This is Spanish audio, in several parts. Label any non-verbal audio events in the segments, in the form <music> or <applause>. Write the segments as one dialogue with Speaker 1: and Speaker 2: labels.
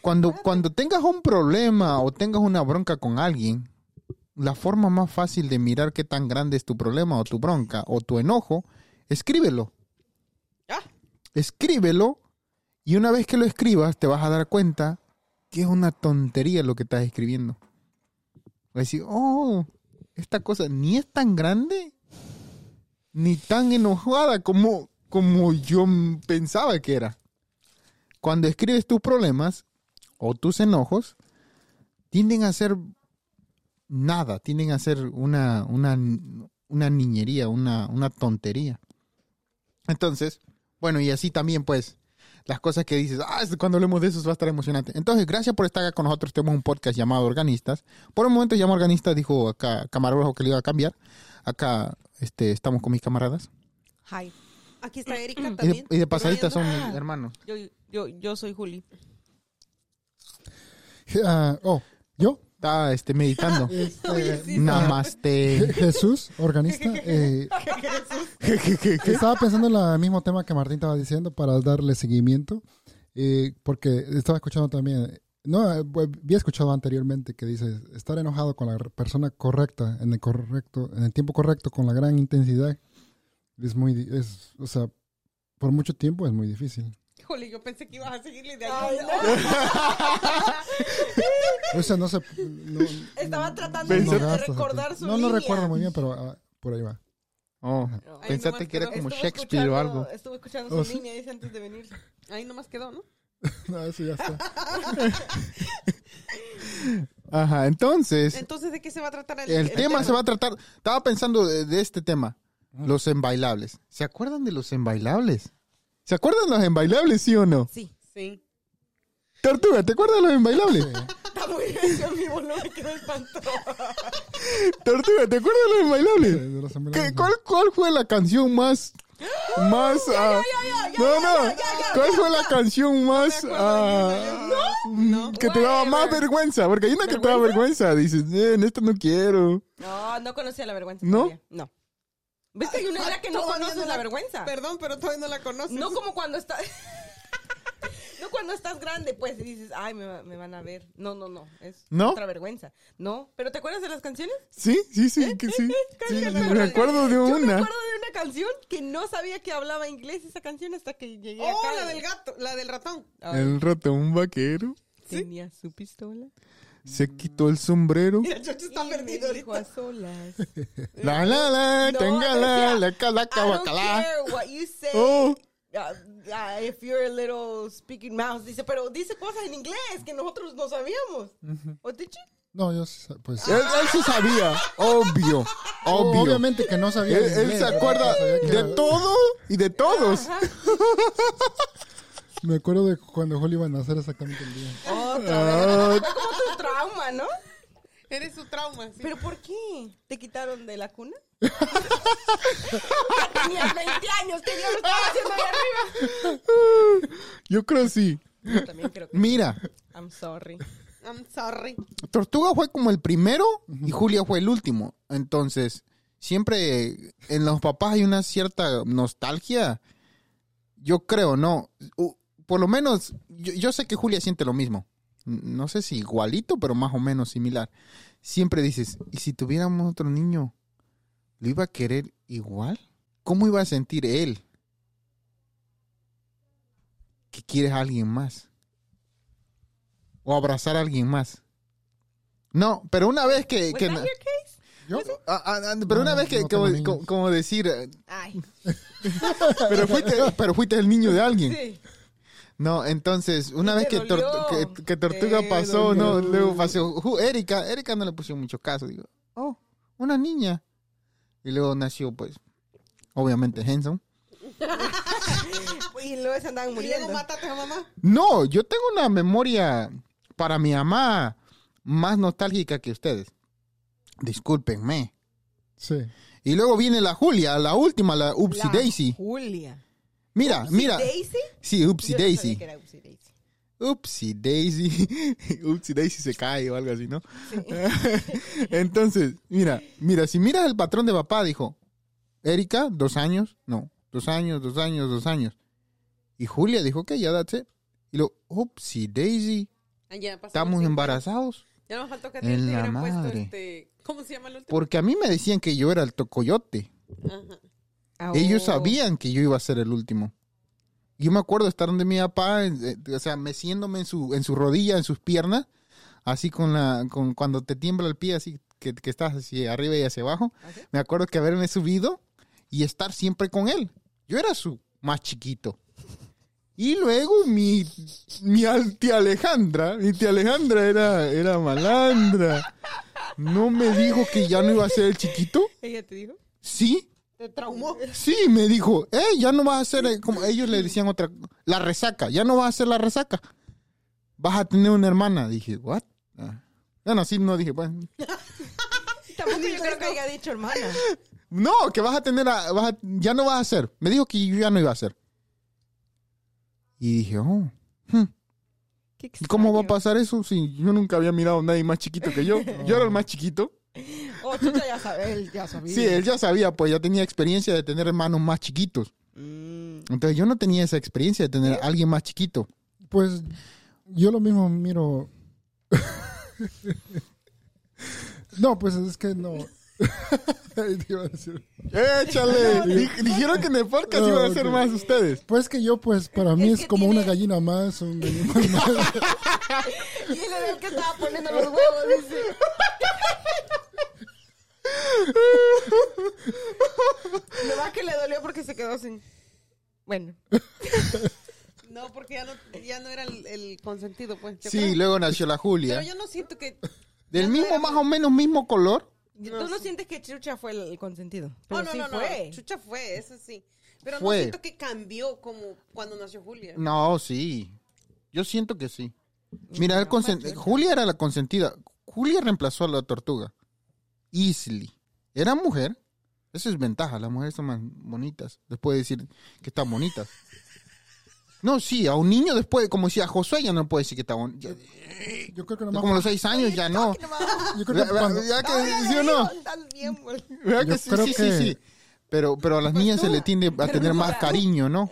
Speaker 1: Cuando, cuando tengas un problema o tengas una bronca con alguien, la forma más fácil de mirar qué tan grande es tu problema o tu bronca o tu enojo, escríbelo.
Speaker 2: Ah.
Speaker 1: Escríbelo y una vez que lo escribas te vas a dar cuenta que es una tontería lo que estás escribiendo. Vas a decir, oh, esta cosa ni es tan grande ni tan enojada como, como yo m- pensaba que era. Cuando escribes tus problemas o tus enojos, tienden a ser nada, tienden a ser una, una, una niñería, una, una tontería. Entonces, bueno, y así también pues las cosas que dices, ah, es- cuando hablemos de eso va a estar emocionante. Entonces, gracias por estar acá con nosotros. Tenemos un podcast llamado Organistas. Por un momento llamó Organistas, dijo acá camarógrafo que le iba a cambiar. Acá este, estamos con mis camaradas.
Speaker 2: Hi. Aquí está Erika
Speaker 1: Y de,
Speaker 2: también.
Speaker 1: y de pasadita son
Speaker 2: Ryan. Mm, Ah,
Speaker 1: hermanos.
Speaker 2: Yo, yo, yo soy Juli.
Speaker 3: Ah, oh, yo,
Speaker 1: Está este,
Speaker 2: <laughs>
Speaker 1: meditando.
Speaker 3: este,
Speaker 2: sí,
Speaker 3: Je-
Speaker 1: Namaste.
Speaker 3: Jesús, organista, eh, estaba pensando en el mismo tema que Martín estaba diciendo para darle seguimiento, eh, porque estaba escuchando también, no, eh, bu- había escuchado anteriormente que dice estar enojado con la r- persona correcta en el correcto, en el tiempo correcto con la gran intensidad es muy, di- es, o sea, por mucho tiempo es muy difícil.
Speaker 2: Juli, yo pensé que ibas a seguirle de ahí.
Speaker 1: <laughs>
Speaker 3: O sea, no sé, no,
Speaker 2: Estaba tratando
Speaker 1: Pensé-
Speaker 2: de
Speaker 3: gastas,
Speaker 2: recordar su
Speaker 3: no lo
Speaker 2: línea.
Speaker 3: recuerdo muy bien, pero ah, por ahí va. <laughs>
Speaker 1: Oh,
Speaker 2: Ahí
Speaker 1: pensaste
Speaker 2: nomás
Speaker 1: que era
Speaker 2: quedó.
Speaker 1: como
Speaker 2: Estuve
Speaker 1: Shakespeare o
Speaker 2: escuchando-
Speaker 1: algo.
Speaker 2: Estuve escuchando
Speaker 3: Oh,
Speaker 2: su
Speaker 3: sí.
Speaker 2: línea, dice, antes de venir. Ahí nomás quedó, ¿no?
Speaker 3: No, eso ya está.
Speaker 1: Ajá, entonces,
Speaker 2: Entonces, ¿de qué se va a tratar el,
Speaker 1: el tema se va a tratar. Estaba pensando de, de este tema, los embailables. ¿Se acuerdan de los embailables? ¿Se acuerdan los embailables, sí o no?
Speaker 2: Sí. Sí.
Speaker 1: Tortuga, ¿te acuerdas de los embailables?
Speaker 2: Está muy bien, yo mi volumen quedó espantado.
Speaker 1: Tortuga, ¿te acuerdas de los embailables?
Speaker 3: De los
Speaker 1: ¿Qué-
Speaker 3: emblemas.
Speaker 1: cuál, cuál fue la canción más... Más...
Speaker 2: <gasps>
Speaker 1: ah, no, no. ¿Cuál fue la canción más... ah,
Speaker 2: No,
Speaker 1: que te daba más
Speaker 2: whatever.
Speaker 1: vergüenza? Porque hay una que te da vergüenza. Dices, "Eh, en esto no quiero.
Speaker 2: No, no conocía la vergüenza.
Speaker 1: ¿No?
Speaker 2: todavía. No. ¿Ves que hay una edad que no
Speaker 4: Todavía
Speaker 2: conoces
Speaker 4: no
Speaker 2: la
Speaker 4: la-
Speaker 2: vergüenza?
Speaker 4: Perdón, pero todavía no la conoces.
Speaker 2: No como cuando estás. <laughs> no cuando estás grande, pues y dices, ay, me, va- me van a ver. No, no, no. Es
Speaker 1: ¿No?
Speaker 2: otra vergüenza. No. ¿Pero te acuerdas de las canciones?
Speaker 1: Sí, sí, sí, que
Speaker 2: <laughs>
Speaker 1: sí. Sí,
Speaker 2: Cállate,
Speaker 1: me
Speaker 2: cállate.
Speaker 1: acuerdo de
Speaker 2: Yo me
Speaker 1: una.
Speaker 2: acuerdo de una canción que no sabía que hablaba inglés esa canción hasta que llegué
Speaker 4: Oh,
Speaker 2: acá.
Speaker 4: la del gato, la del
Speaker 2: <laughs>
Speaker 4: ratón.
Speaker 2: Ay,
Speaker 1: El ratón vaquero
Speaker 2: Tenía su pistola.
Speaker 1: se quitó el
Speaker 2: <laughs>
Speaker 1: sombrero.
Speaker 4: Mira, Chocho está
Speaker 2: y me
Speaker 4: perdido
Speaker 2: dijo
Speaker 4: ahorita. <laughs>
Speaker 2: a solas.
Speaker 1: La, la, la,
Speaker 2: No,
Speaker 1: tenga
Speaker 2: decía,
Speaker 1: la, la, ca, la,
Speaker 2: I
Speaker 1: ca,
Speaker 2: don't
Speaker 1: bacala.
Speaker 2: care what you say.
Speaker 1: Oh,
Speaker 2: Ah, ah, if you're a little speaking mouse, dice, pero dice cosas en inglés que nosotros no sabíamos. ¿O did you?
Speaker 3: No, yo sí sa- pues.
Speaker 1: él, él se sabía, obvio, Ah, obvio.
Speaker 3: Oh, Obviamente que no sabía.
Speaker 1: Él,
Speaker 3: el
Speaker 1: él
Speaker 3: inglés,
Speaker 1: se
Speaker 3: ¿verdad?
Speaker 1: acuerda
Speaker 3: Sabía que
Speaker 1: de
Speaker 3: era-
Speaker 1: todo y de todos.
Speaker 3: Me acuerdo de cuando Holly iba a nacer exactamente el día.
Speaker 2: Otra vez.
Speaker 1: Ah,
Speaker 2: Fue como tu trauma, ¿no?
Speaker 4: Eres su trauma, sí.
Speaker 2: ¿Pero por qué? ¿Te quitaron de la cuna? ya tenías 20 años, que Dios lo estaba haciendo de arriba.
Speaker 1: Yo creo sí.
Speaker 2: Yo también creo que...
Speaker 1: Mira,
Speaker 2: I'm sorry.
Speaker 4: I'm sorry.
Speaker 1: Tortuga fue como el primero y Julia fue el último. Entonces, siempre en los papás hay una cierta nostalgia. Yo creo, ¿no? U- Por lo menos, yo, yo sé que Julia siente lo mismo. N- No sé si igualito, pero más o menos similar. Siempre dices, ¿y si tuviéramos otro niño? ¿Lo iba a querer igual? ¿Cómo iba a sentir él? Que quieres a alguien más. O abrazar a alguien más. No, pero una vez que...
Speaker 2: ¿Was
Speaker 1: que-
Speaker 2: that your case?
Speaker 3: Yo,
Speaker 1: Ah, ah, ah, pero
Speaker 3: No,
Speaker 1: una vez que,
Speaker 3: no
Speaker 1: como,
Speaker 3: tengo niños.
Speaker 1: co- como decir, eh,
Speaker 2: Ay,
Speaker 1: <laughs> pero fuiste, pero fuiste el niño de alguien.
Speaker 2: sí.
Speaker 1: No, entonces, una
Speaker 2: Y
Speaker 1: vez
Speaker 2: te
Speaker 1: que, Tor-
Speaker 2: dolió.
Speaker 1: que- que Tortuga
Speaker 2: Te
Speaker 1: pasó, no,
Speaker 2: dolió.
Speaker 1: luego pasó ju- Erika, Erika no le pusieron mucho caso, digo, oh, una niña. Y luego nació, pues, obviamente Henson.
Speaker 2: Y luego se andaban
Speaker 4: Y luego
Speaker 2: muriendo.
Speaker 4: mátate a mamá.
Speaker 1: No, yo tengo una memoria para mi mamá más nostálgica que ustedes. Discúlpenme.
Speaker 3: sí.
Speaker 1: Y luego viene la Julia, la última, la Upsy
Speaker 2: La
Speaker 1: Daisy.
Speaker 2: Julia.
Speaker 1: Mira, mira.
Speaker 2: ¿Daisy?
Speaker 1: Sí, Upsy
Speaker 2: Yo no
Speaker 1: Daisy.
Speaker 2: sabía que era Upsy Daisy.
Speaker 1: Upsi Daisy, <laughs> Upsi Daisy se cae o algo así, ¿no? <laughs> Entonces, mira, mira, si miras el patrón de papá, dijo, Erika, dos años, no, dos años, dos años, dos años. Y Julia dijo, ok, ya date. Y lo, Upsi Daisy,
Speaker 4: Ah, ya, pasamos
Speaker 1: Estamos
Speaker 4: cinco.
Speaker 1: embarazados.
Speaker 4: Ya nos faltó que te,
Speaker 1: en
Speaker 4: te
Speaker 1: la
Speaker 4: hubieran puesto
Speaker 1: madre.
Speaker 4: este. ¿Cómo se llama el último?
Speaker 1: Porque a mí me decían que yo era el tocoyote.
Speaker 4: Ajá.
Speaker 2: Oh.
Speaker 1: Ellos Ah, oh. sabían que yo iba a ser el último. Yo me acuerdo estar donde mi papá, eh, o sea, meciéndome en su, en su rodilla, en sus piernas, así con la, con cuando te tiembla el pie, así que, que estás así arriba y hacia abajo.
Speaker 2: Así.
Speaker 1: Me acuerdo que haberme subido y estar siempre con él. Yo era su más chiquito. Y luego mi, mi al- tía Alejandra, mi tía Alejandra era, era malandra. No me dijo que ya no iba a ser el chiquito.
Speaker 2: Ella te dijo.
Speaker 1: Sí,
Speaker 4: Te traumó.
Speaker 1: Sí, me dijo, eh, ya no vas a ser, eh, como ellos le decían otra, la resaca, ya no vas a ser la resaca. Vas a tener una hermana. Dije, ¿what? Ah. Bueno, así no dije, pues.
Speaker 2: Tampoco yo creo que haya dicho hermana.
Speaker 1: No, que vas a tener, a- vas a- ya no vas a ser. Me dijo que yo ya no iba a ser. Y dije, oh,
Speaker 2: Qué
Speaker 1: ¿y ¿cómo va a
Speaker 2: extraño.
Speaker 1: pasar eso si yo nunca había mirado a nadie más chiquito que yo? Yo era el más chiquito.
Speaker 2: Oh, chucha, ya sabe, él ya sabía.
Speaker 1: Sí, él ya sabía, pues ya tenía experiencia de tener hermanos más chiquitos.
Speaker 2: Mm.
Speaker 1: Entonces yo no tenía esa experiencia de tener a alguien más chiquito.
Speaker 3: Pues yo lo mismo miro. <laughs> no, pues es que no. <laughs> Te iba a decir.
Speaker 1: Échale. Di- Dijeron que en el podcast
Speaker 3: No,
Speaker 1: iban a ser
Speaker 3: ok.
Speaker 1: más ustedes.
Speaker 3: Pues que yo, pues para mí
Speaker 2: Es
Speaker 3: es,
Speaker 2: que
Speaker 3: como una
Speaker 2: tiene-
Speaker 3: gallina más,
Speaker 1: <laughs>
Speaker 3: un animal más.
Speaker 2: Y él era el que estaba poniendo los huevos, dice. Lo más que le dolió porque se quedó sin. Bueno.
Speaker 4: No, porque ya no, ya no era el, el consentido, pues. yo
Speaker 1: Sí,
Speaker 4: creo.
Speaker 1: luego nació la Julia.
Speaker 4: Pero yo no siento que.
Speaker 1: Del mismo, más o menos, mismo color.
Speaker 2: Tú no sientes que Chucha fue el, el consentido.
Speaker 4: Oh,
Speaker 2: Pero
Speaker 4: no,
Speaker 2: sí
Speaker 4: no, no.
Speaker 2: fue.
Speaker 4: Chucha fue, eso sí. Pero
Speaker 1: Fue. Mm,
Speaker 4: no siento que cambió como cuando nació Julia.
Speaker 1: No, sí. Yo siento que sí. Mira, el consen- Julia era la consentida. Julia reemplazó a la tortuga. Easily. Era mujer. Eso es ventaja. Las mujeres son más bonitas. Después de decir que están bonitas. No, sí, a un niño después, como decía Josué, ya no puede decir que está bonito.
Speaker 3: Yo creo que nomás.
Speaker 1: Como a los seis años ya no. <laughs>
Speaker 3: Yo creo
Speaker 1: Ya,
Speaker 3: que cuando-
Speaker 1: ya que, ¿sí o no?
Speaker 2: <laughs>
Speaker 4: Estás bien, güey.
Speaker 2: pues,
Speaker 1: ¿Verdad
Speaker 3: Yo
Speaker 1: que sí,
Speaker 3: creo
Speaker 1: sí,
Speaker 3: que-
Speaker 1: sí, sí. Pero, pero a las niñas se le tiende a tener más cariño, ¿no?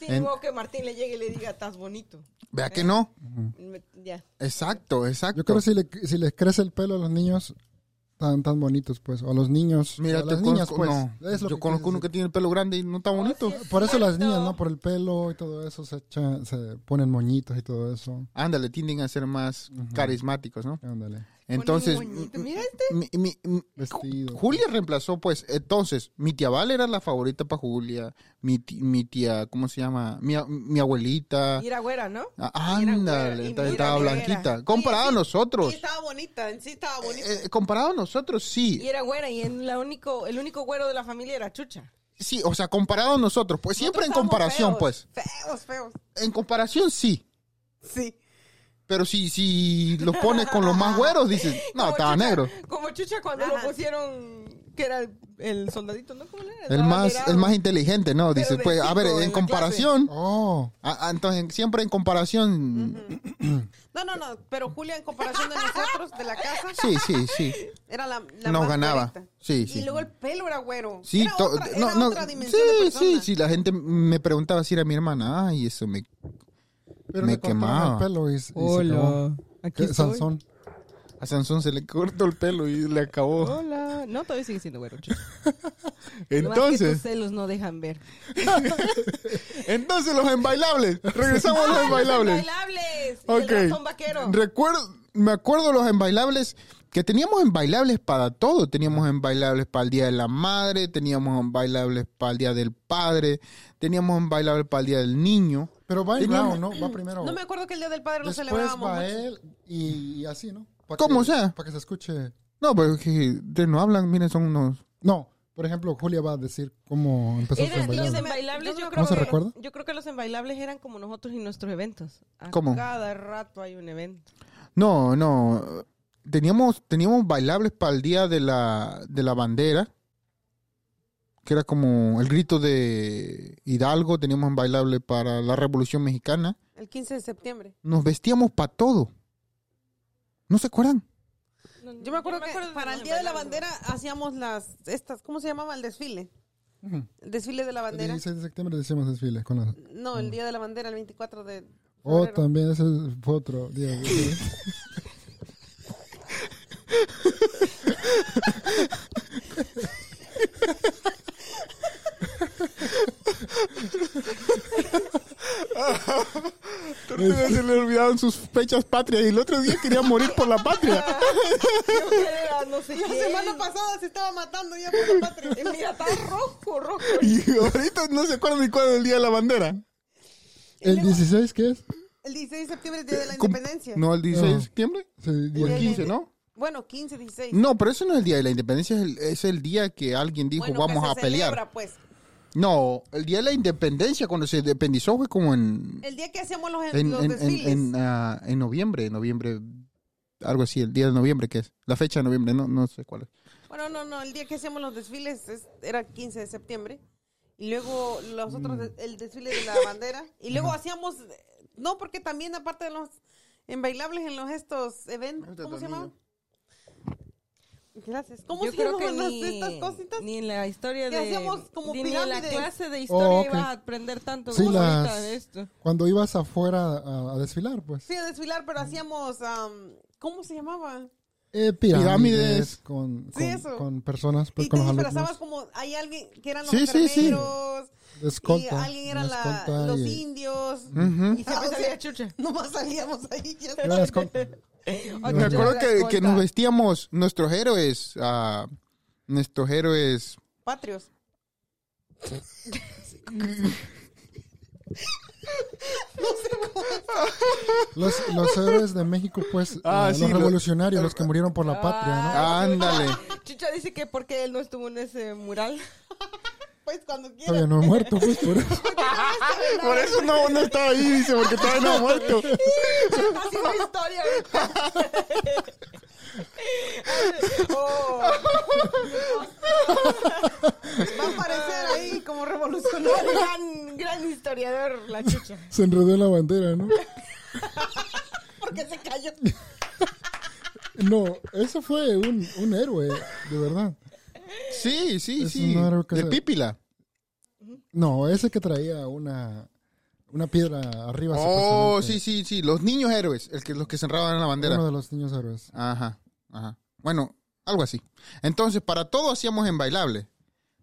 Speaker 2: Sí,
Speaker 1: En-
Speaker 2: luego que Martín le llegue y le diga, estás bonito.
Speaker 1: Vea que no.
Speaker 2: Me- ya.
Speaker 1: Exacto, exacto.
Speaker 3: Yo creo que si, le- si les crece el pelo a los niños tan, tan bonitos, pues, o a los niños, o
Speaker 1: Mira,
Speaker 3: a
Speaker 1: te
Speaker 3: las niñas,
Speaker 1: conozco,
Speaker 3: pues.
Speaker 1: no.
Speaker 3: es lo
Speaker 1: Yo
Speaker 3: que
Speaker 1: conozco
Speaker 3: quise
Speaker 1: uno que
Speaker 3: decir.
Speaker 1: tiene el pelo grande y no está bonito.
Speaker 3: Por eso las niñas,
Speaker 2: Cierto.
Speaker 3: ¿no? Por el pelo y todo eso, se, echa- se ponen moñitos y todo eso.
Speaker 1: Ándale, tienden a ser más carismáticos, ¿no?
Speaker 3: Ándale.
Speaker 1: Entonces,
Speaker 2: Pone un moñito. Mira este.
Speaker 1: mi- mi- mi-
Speaker 3: Vestido.
Speaker 1: Julia reemplazó, pues, entonces, mi tía Val era la favorita para Julia, mi, ti- mi tía, ¿cómo se llama? Mi, a- mi abuelita.
Speaker 2: Mira, güera, ¿no?
Speaker 1: Ah,
Speaker 2: mira, güera,
Speaker 1: Ándale,
Speaker 2: y
Speaker 1: entonces
Speaker 2: mira,
Speaker 1: estaba
Speaker 2: mira,
Speaker 1: blanquita.
Speaker 2: era.
Speaker 1: Comparado a
Speaker 4: Sí, sí,
Speaker 1: nosotros.
Speaker 4: Sí, estaba bonita, en sí estaba bonita.
Speaker 1: Eh, eh, comparado a nosotros, sí.
Speaker 2: Y era güera, y en la único, el único güero de la familia era Chucha.
Speaker 1: Sí, o sea, comparado a nosotros, pues siempre en
Speaker 4: Nosotros
Speaker 1: comparación,
Speaker 4: estábamos
Speaker 1: pues.
Speaker 4: feos, Feos, feos.
Speaker 1: En comparación sí,
Speaker 4: Sí.
Speaker 1: pero si si los pones con los más güeros
Speaker 4: <laughs>
Speaker 1: dices, no,
Speaker 2: Como
Speaker 1: estaba
Speaker 2: Chucha-
Speaker 1: negro.
Speaker 2: Como Chucha cuando
Speaker 4: Ajá.
Speaker 2: lo pusieron, que era el, el soldadito, ¿no? ¿Cómo le era?
Speaker 1: El
Speaker 2: Estaba
Speaker 1: más
Speaker 2: delgado.
Speaker 1: el más inteligente, no, dices,
Speaker 2: de
Speaker 1: pues a
Speaker 2: cinco
Speaker 1: ver,
Speaker 2: en
Speaker 1: en
Speaker 2: la
Speaker 1: comparación,
Speaker 3: Oh,
Speaker 1: Ah, ah, entonces siempre en comparación
Speaker 4: No, no, no, pero Julia en comparación de nosotros, de la casa,
Speaker 1: sí, sí, sí.
Speaker 4: era la, <laughs> la
Speaker 1: Nos
Speaker 4: más
Speaker 1: ganaba.
Speaker 4: güerita.
Speaker 1: Sí,
Speaker 4: Y
Speaker 1: sí.
Speaker 4: luego el pelo era güero.
Speaker 1: Sí,
Speaker 4: era
Speaker 1: to-
Speaker 4: otra, era
Speaker 1: no, no,
Speaker 4: otra dimensión de
Speaker 1: sí,
Speaker 4: persona.
Speaker 1: sí, sí, la gente me preguntaba si era mi hermana, ay, eso me
Speaker 3: pero
Speaker 1: Me
Speaker 3: le cortaron
Speaker 1: quemaba.
Speaker 3: el pelo y, y se acabó.
Speaker 2: Aquí
Speaker 3: ¿Qué,
Speaker 1: Eh,
Speaker 2: estoy.
Speaker 3: Sansón.
Speaker 1: a Sansón se le cortó el pelo y le acabó.
Speaker 2: Hola. No, todavía sigue siendo güero,
Speaker 1: <laughs>
Speaker 2: Chucha. Nomás que tus
Speaker 1: Entonces,
Speaker 2: celos no dejan ver.
Speaker 1: entonces los embailables, regresamos a los embailables.
Speaker 2: Bailables.
Speaker 1: Ok.
Speaker 2: Y el ratón vaquero.
Speaker 1: Recuerdo, me acuerdo los embailables que teníamos embailables para todo. Teníamos embailables para el Día de la Madre, teníamos embailables para el Día del Padre, teníamos embailables para el Día del Niño.
Speaker 3: Pero va en
Speaker 1: Teníamos-
Speaker 3: round, ¿no? Va primero.
Speaker 4: No me acuerdo que el Día del Padre lo
Speaker 3: Después
Speaker 4: celebrábamos
Speaker 3: va
Speaker 4: mucho.
Speaker 3: él y, y así, ¿no? Pa'
Speaker 1: ¿Cómo
Speaker 3: que-
Speaker 1: sea?
Speaker 3: Para que se escuche.
Speaker 1: No, pero es que ustedes no hablan, miren, son unos...
Speaker 3: No, por ejemplo, Julia va a decir cómo empezó su
Speaker 2: Era, los
Speaker 3: embailable.
Speaker 2: embailables, yo creo
Speaker 3: ¿No se
Speaker 2: que,
Speaker 3: recuerda?
Speaker 2: yo creo que los embailables eran como nosotros y nuestros eventos. A
Speaker 1: ¿Cómo?
Speaker 2: Cada rato hay un evento.
Speaker 1: No, no. Teníamos, teníamos bailables para el Día de la, de la Bandera, que era como el grito de Hidalgo. Teníamos bailables para la Revolución Mexicana.
Speaker 4: El 15 de septiembre.
Speaker 1: nos vestíamos para todo. ¿No se <laughs> acuerdan?
Speaker 4: Yo me acuerdo, que
Speaker 2: de
Speaker 4: para
Speaker 2: los
Speaker 4: el Día de la
Speaker 2: embailables.
Speaker 4: Bandera hacíamos las, estas, ¿cómo se llamaba? El desfile.
Speaker 3: Ujú.
Speaker 4: El desfile de la
Speaker 3: El
Speaker 4: bandera.
Speaker 3: 16 de septiembre decimos desfile con la-
Speaker 1: Mm.
Speaker 4: No, el Día de la Bandera, el 24 de...
Speaker 3: Oh,
Speaker 4: Febrero.
Speaker 3: también ese fue otro día.
Speaker 1: Tortuga se le olvidaron sus fechas patrias y el otro día quería morir por la patria.
Speaker 2: Yo quería,
Speaker 4: <laughs>
Speaker 2: no sé
Speaker 4: La
Speaker 2: qué.
Speaker 4: semana pasada se estaba matando ya por la <laughs> patria.
Speaker 2: Y mira, está rojo, rojo.
Speaker 1: <laughs> Y <laughs> ahorita no se acuerda ni cuándo es el día de la bandera.
Speaker 3: <laughs> ¿El 16 qué es?
Speaker 4: El 16 de septiembre es Día de la
Speaker 1: ¿Cómo?
Speaker 4: Independencia.
Speaker 1: No, el 16 de
Speaker 3: No.
Speaker 1: septiembre.
Speaker 3: Sí,
Speaker 1: O el
Speaker 3: día-
Speaker 4: Bien,
Speaker 1: 15,
Speaker 4: bien.
Speaker 1: ¿no?
Speaker 4: Bueno, 15, 16.
Speaker 1: No, pero eso no es el día de la independencia, es el, es el día que alguien dijo
Speaker 4: Bueno, que
Speaker 1: vamos
Speaker 4: se
Speaker 1: a pelear.
Speaker 4: celebra, pues.
Speaker 1: No, el día de la independencia, cuando se independizó, fue como en.
Speaker 4: El día que hacemos los,
Speaker 1: En,
Speaker 4: los
Speaker 1: en- en-
Speaker 4: desfiles.
Speaker 1: en, ah, en noviembre, noviembre, algo así, el día de noviembre, que es? La fecha de noviembre, no, no sé cuál es.
Speaker 4: Bueno, no, no, el día que hacíamos los desfiles es- era 15 de septiembre. Y luego los otros, de- el desfile de la bandera. Y luego hacíamos, no, porque también aparte de los en bailables, en los estos eventos,
Speaker 1: Ahorita
Speaker 4: ¿cómo se
Speaker 1: tornillo.
Speaker 4: llaman? Gracias. ¿Cómo
Speaker 2: Yo
Speaker 4: se
Speaker 2: creo que
Speaker 4: llamaban las-
Speaker 2: ni,
Speaker 4: estas cositas?
Speaker 2: ni en la historia
Speaker 4: Que
Speaker 2: de
Speaker 4: hacíamos como
Speaker 2: ni en la
Speaker 4: pirámides.
Speaker 2: clase de historia
Speaker 3: Oh, ok.
Speaker 2: ibas a aprender tanto
Speaker 3: Sí,
Speaker 2: como ahorita
Speaker 3: las-
Speaker 2: de esto.
Speaker 3: Cuando ibas afuera a, a desfilar, pues.
Speaker 4: Sí, a desfilar, pero hacíamos, am, ¿cómo se llamaba?
Speaker 3: Eh, pirámides.
Speaker 1: Pirámides.
Speaker 3: Con, con,
Speaker 4: eso.
Speaker 3: con personas, pues
Speaker 4: y
Speaker 3: con
Speaker 4: te
Speaker 3: los
Speaker 4: disfrazabas
Speaker 3: alumnos.
Speaker 4: como, hay alguien que eran los
Speaker 1: Sí, sí, sí.
Speaker 4: enfermeros,
Speaker 3: de
Speaker 4: y
Speaker 3: escolta,
Speaker 4: alguien era
Speaker 3: una
Speaker 4: la-
Speaker 3: escolta
Speaker 4: los
Speaker 3: y-
Speaker 4: indios.
Speaker 1: Ujú.
Speaker 4: Y
Speaker 2: Ah,
Speaker 4: siempre
Speaker 2: o sea,
Speaker 4: salía <laughs> chucha. Nomás salíamos ahí. Ya
Speaker 3: era la escolta.
Speaker 1: Me acuerdo que, que nos vestíamos nuestros héroes, ah, nuestros héroes
Speaker 4: Patrios.
Speaker 3: Los, los héroes de México, pues,
Speaker 1: Ah,
Speaker 3: eh,
Speaker 1: sí,
Speaker 3: los
Speaker 1: lo-
Speaker 3: revolucionarios, los que murieron por
Speaker 2: Ah.
Speaker 3: la patria,
Speaker 1: Ándale.
Speaker 2: Chucha dice que porque él no estuvo en ese mural.
Speaker 4: <laughs> Pues cuando
Speaker 3: ¿no?
Speaker 4: quieras.
Speaker 3: Todavía no he muerto, pues, por eso. <laughs>
Speaker 1: Por eso no, no estaba ahí, dice, porque todavía no ha muerto.
Speaker 2: Haciendo
Speaker 4: <laughs>
Speaker 2: historia. <laughs> Ah, oh,
Speaker 4: Va a aparecer ahí como revolucionario.
Speaker 2: gran, gran historiador, la
Speaker 4: <laughs>
Speaker 2: chucha.
Speaker 3: Se enredó en la bandera, ¿no?
Speaker 4: Porque se cayó.
Speaker 3: No, eso fue un, un héroe, de verdad.
Speaker 1: Sí, sí,
Speaker 3: Es
Speaker 1: sí.
Speaker 3: un héroe que
Speaker 1: De
Speaker 3: se-
Speaker 1: Pípila.
Speaker 3: No, ese que traía una, una piedra arriba.
Speaker 1: Oh, sí,
Speaker 3: supuestamente.
Speaker 1: sí, sí. Los niños héroes, el que, los que se enraban en la bandera.
Speaker 3: Uno de los niños héroes.
Speaker 1: Ajá, ajá. Bueno, algo así. Entonces, para todo hacíamos en bailable.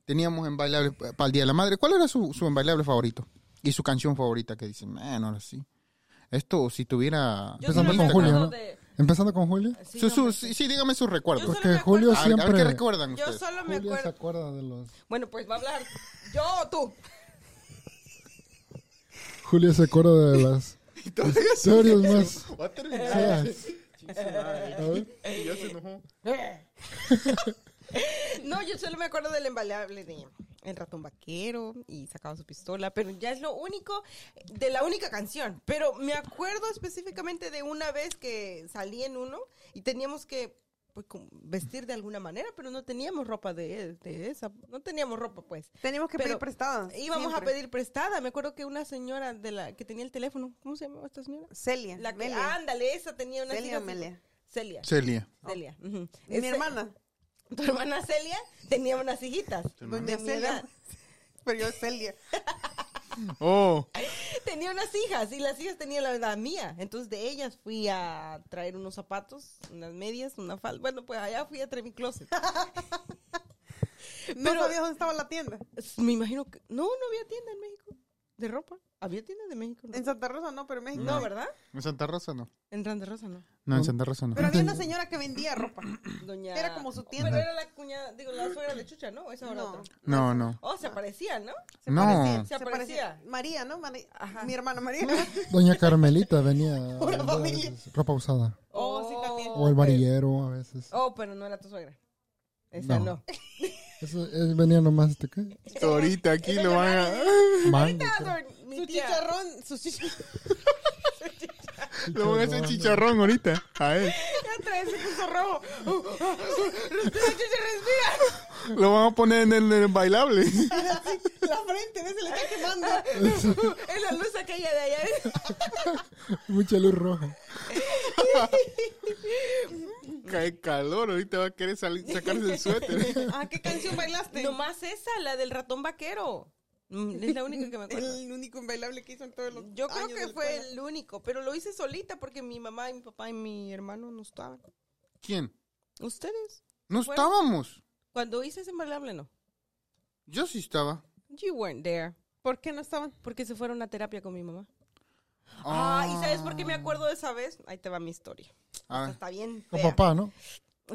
Speaker 1: Teníamos en bailable para el Día de la Madre. ¿Cuál era su, su en bailable favorito? Y su canción favorita que dicen, man, ahora sí. Esto, si tuviera...
Speaker 3: Yo Empezando con Julio, ¿no? Empezando con Julio.
Speaker 1: Su- su- sí, sí, dígame sus recuerdos.
Speaker 2: Yo solo
Speaker 3: Porque
Speaker 2: me
Speaker 1: A
Speaker 3: Julio
Speaker 1: ver, a ver,
Speaker 3: siempre...
Speaker 1: ¿qué recuerdan
Speaker 2: Yo
Speaker 1: ustedes?
Speaker 2: solo me
Speaker 3: Julio se
Speaker 2: acuerdo.
Speaker 3: acuerda de los...
Speaker 2: Bueno, pues va a hablar yo o tú.
Speaker 3: Julio se acuerda de las
Speaker 2: <laughs>
Speaker 3: historias más
Speaker 1: Va a terminar.
Speaker 3: feas. A ver,
Speaker 1: Ya se enojó.
Speaker 2: No, yo solo me acuerdo del embalable de El ratón vaquero y sacaba su pistola, pero ya es lo único de la única canción. Pero me acuerdo específicamente de una vez que salí en uno y teníamos que pues, como vestir de alguna manera, pero no teníamos ropa de, de esa, no teníamos ropa pues.
Speaker 4: Teníamos que
Speaker 2: Pero
Speaker 4: pedir prestada.
Speaker 2: Íbamos
Speaker 4: siempre.
Speaker 2: a pedir prestada. Me acuerdo que una señora de la que tenía el teléfono, ¿cómo se llamaba esta señora?
Speaker 4: Celia.
Speaker 2: La que,
Speaker 4: Melia.
Speaker 2: ándale, esa tenía una
Speaker 4: Celia
Speaker 2: tía
Speaker 4: o
Speaker 2: así-
Speaker 4: Melia.
Speaker 2: Celia.
Speaker 1: Celia.
Speaker 2: Celia. ujú.
Speaker 4: Mi
Speaker 2: Ese-
Speaker 4: hermana.
Speaker 2: Tu hermana Celia tenía unas hijitas.
Speaker 4: Doña
Speaker 2: de mi
Speaker 4: Celia.
Speaker 2: edad.
Speaker 4: <laughs> Pero yo Celia.
Speaker 1: Oh.
Speaker 2: Tenía unas hijas y las hijas tenían la edad mía. Entonces de ellas fui a traer unos zapatos, unas medias, una falda. Bueno, pues allá fui a traer
Speaker 4: <laughs>
Speaker 2: mi closet.
Speaker 4: No
Speaker 2: Pero-
Speaker 4: sabía dónde estaba la tienda.
Speaker 2: Me imagino que... No, no había tienda en México de ropa. Había tienda de México. No,
Speaker 4: En Santa Rosa no, pero en México.
Speaker 2: No, ¿verdad?
Speaker 1: ¿En Santa Rosa no?
Speaker 2: En Grande Rosa no.
Speaker 1: No, en Santa Rosa no.
Speaker 4: Pero había
Speaker 2: <laughs>
Speaker 4: una señora que vendía ropa.
Speaker 2: Doña...
Speaker 4: Era como su tienda.
Speaker 2: Pero era la cuñada, digo, la suegra de Chucha, ¿no? Esa era
Speaker 4: No.
Speaker 2: otra.
Speaker 1: No, no.
Speaker 2: Oh, se parecía, ¿no?
Speaker 4: Se
Speaker 1: No.
Speaker 4: parecía,
Speaker 2: Se parecía.
Speaker 4: María, ¿no? Mari- Mi hermana María. <laughs>
Speaker 3: Doña Carmelita venía a
Speaker 4: Pura
Speaker 3: vender
Speaker 4: familia.
Speaker 3: ropa usada.
Speaker 4: Oh, sí, también.
Speaker 3: O el
Speaker 2: pero-
Speaker 3: varillero a veces.
Speaker 2: Oh, pero no era tu suegra. Esa
Speaker 3: No.
Speaker 2: no.
Speaker 3: Eso, eh, venía nomás este, ¿qué?
Speaker 1: Ahorita aquí lo van a...
Speaker 3: Manga, creo.
Speaker 2: Mi
Speaker 4: Su
Speaker 2: tía.
Speaker 4: chicharrón, su chicharrón.
Speaker 1: <laughs> Lo van a hacer chicharrón ahorita. A él.
Speaker 2: Ya trae ese puso rojo. <laughs> Respira, chucha, respira.
Speaker 1: Lo van a poner en el, en el bailable. <laughs>
Speaker 4: La frente, ¿ves? Se le está quemando.
Speaker 2: Es la luz aquella de <laughs> allá.
Speaker 3: Mucha luz roja.
Speaker 1: Cae calor, ahorita va a
Speaker 2: <laughs>
Speaker 1: querer salir- sacarse el suéter.
Speaker 4: Ah, ¿qué canción bailaste?
Speaker 2: Nomás esa, la del ratón vaquero. Mm, Es la única que me acuerdo.
Speaker 4: El único invailable que hizo en todos los
Speaker 2: <laughs> Yo creo
Speaker 4: años
Speaker 2: que
Speaker 4: de
Speaker 2: fue
Speaker 4: escuela.
Speaker 2: el único, pero lo hice solita porque mi mamá y mi papá y mi hermano no estaban.
Speaker 1: ¿Quién?
Speaker 2: ¿Ustedes?
Speaker 1: No
Speaker 2: Bueno.
Speaker 1: estábamos.
Speaker 2: Cuando hice ese invailable, no.
Speaker 1: Yo sí estaba.
Speaker 2: You weren't there.
Speaker 4: ¿Por qué no estaban?
Speaker 2: Porque se fueron a terapia con mi mamá. Ah, ¿y sabes por qué me acuerdo de esa vez? Ahí te va mi historia.
Speaker 1: A
Speaker 2: O sea,
Speaker 1: ver.
Speaker 2: está bien.
Speaker 3: Con
Speaker 2: fea.
Speaker 3: papá, ¿no?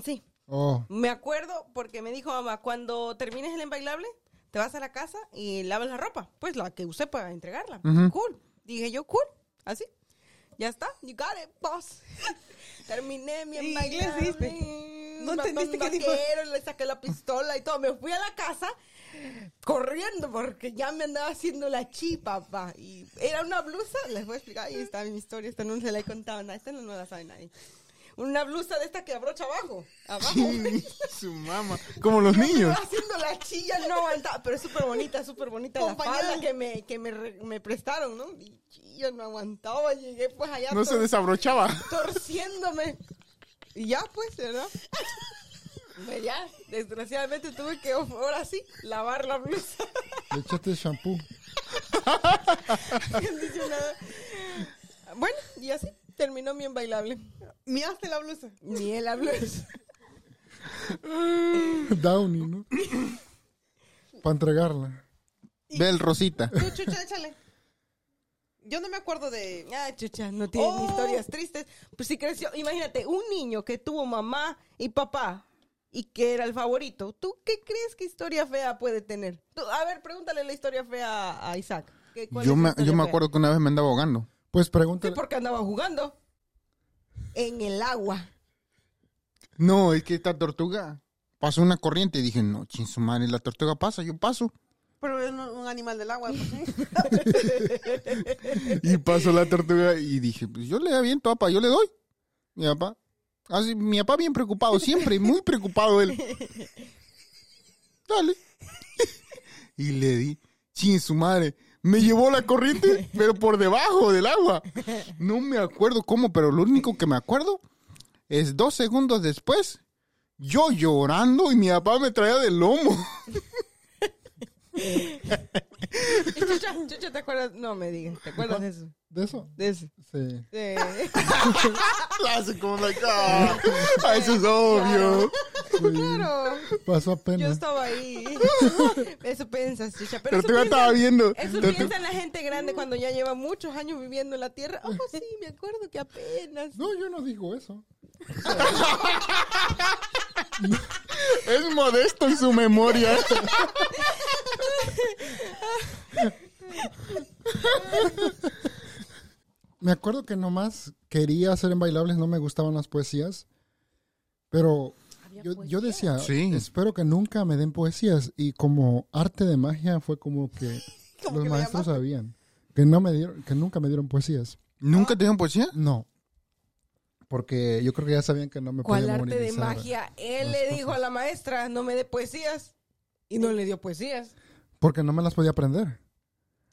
Speaker 2: Sí.
Speaker 3: Oh,
Speaker 2: Me acuerdo porque me dijo mamá, cuando termines el embailable, te vas a la casa y lavas la ropa. Pues la que usé para entregarla.
Speaker 1: Ujú.
Speaker 2: Cool. Dije yo, cool. Así. Ya está. You got it, boss. <laughs> Terminé mi
Speaker 4: ¿Y inglés
Speaker 2: embailable.
Speaker 4: dijiste?
Speaker 2: No
Speaker 4: ¿No
Speaker 2: entendiste
Speaker 4: entendiste qué dijo?
Speaker 2: Le saqué la pistola y todo. Me fui a la casa corriendo porque ya me andaba haciendo la chi, papá. Y era una blusa, les voy a explicar, ahí está mi historia, esta no se la he contado a nadie, esta no, no la sabe nadie. Una blusa de esta que abrocha abajo, abajo.
Speaker 1: <laughs> <laughs> Su mamá. Como los niños.
Speaker 2: Estaba haciendo la chilla, no aguantaba, pero es súper bonita, súper bonita la
Speaker 4: Compañera.
Speaker 2: falda que me, que me, re- me prestaron, ¿no? Y yo no aguantaba, llegué pues allá
Speaker 1: No se
Speaker 2: tor-
Speaker 1: desabrochaba.
Speaker 2: torciéndome. Y ya pues, ¿verdad? Pues ya, desgraciadamente tuve que ahora sí lavar la blusa. <laughs>
Speaker 3: le echaste shampoo. <laughs>
Speaker 2: acondicionado. Bueno, y así terminó mi embailable.
Speaker 4: Miraste la blusa.
Speaker 2: Ni él habló.
Speaker 3: Downy, ¿no? Para entregarla.
Speaker 1: Bel Rosita.
Speaker 4: Tú, chucha, échale. Yo no me acuerdo de.
Speaker 2: Ah, chucha, no tienen
Speaker 4: Oh.
Speaker 2: historias tristes. Pues si creció, imagínate, un niño que tuvo mamá y papá y que era el favorito. ¿Tú qué crees que historia fea puede tener? Tú, a ver, pregúntale la historia fea a Isaac. ¿Qué- cuál
Speaker 1: Yo
Speaker 2: es su
Speaker 1: me,
Speaker 2: historia
Speaker 1: yo me
Speaker 2: fea?
Speaker 1: acuerdo que una vez me andaba ahogando.
Speaker 3: Pues
Speaker 2: Sí,
Speaker 3: pregúntale.
Speaker 2: porque andaba jugando en el agua.
Speaker 1: <laughs> No, es que esta tortuga pasó una corriente y dije, no, chin, su madre, la tortuga pasa, yo paso.
Speaker 4: Pero es un, un animal del agua. pues.
Speaker 1: Y pasó la tortuga y dije, pues yo le aviento, papá, yo le doy. Mi papá. Así, mi papá bien preocupado, siempre, muy preocupado él. Dale. <laughs> Y le di, chin, su madre. Me llevó la corriente, pero por debajo del agua. No me acuerdo cómo, pero lo único que me acuerdo es dos segundos después, yo llorando y mi papá me traía del lomo.
Speaker 2: Y Chucha, chucha, ¿te acuerdas? No me digas, ¿te acuerdas de eso?
Speaker 3: ¿De eso?
Speaker 2: De eso.
Speaker 3: Sí.
Speaker 2: De-
Speaker 1: <laughs>
Speaker 2: <laughs>
Speaker 1: La hace como la cara. Ah, Eso es obvio.
Speaker 2: Claro.
Speaker 3: Pasó
Speaker 2: Yo
Speaker 3: apenas.
Speaker 2: estaba ahí. <laughs> Eso piensas, chicha. Pero,
Speaker 1: Pero
Speaker 2: eso
Speaker 1: tú la estaba
Speaker 2: piensa,
Speaker 1: viendo.
Speaker 2: eso
Speaker 1: Tortuga-
Speaker 2: piensa la gente grande cuando ya lleva muchos años viviendo en la tierra. Oh, sí, me acuerdo que apenas.
Speaker 3: No, yo no digo eso.
Speaker 1: Es modesto en su memoria.
Speaker 3: Me acuerdo que nomás quería hacer en bailables, no me gustaban las poesías. Pero yo, yo
Speaker 1: <laughs>
Speaker 3: decía,
Speaker 2: Mm.
Speaker 1: Sí.
Speaker 3: espero que nunca me den poesías. Y como arte de magia fue como
Speaker 2: <laughs>
Speaker 3: que
Speaker 4: Como
Speaker 3: los
Speaker 4: que le
Speaker 3: maestros sabían que no me dieron, que nunca me dieron poesías.
Speaker 1: ¿Nunca te dieron poesía?
Speaker 3: No. Porque yo creo que ya sabían que no me
Speaker 2: ¿Cuál
Speaker 3: podía
Speaker 2: arte de
Speaker 3: memorizar.
Speaker 2: magia? Él
Speaker 3: Las
Speaker 2: le
Speaker 3: cosas.
Speaker 2: dijo a la maestra, no me dé poesías. Y no le dio poesías.
Speaker 3: Porque no me las podía aprender.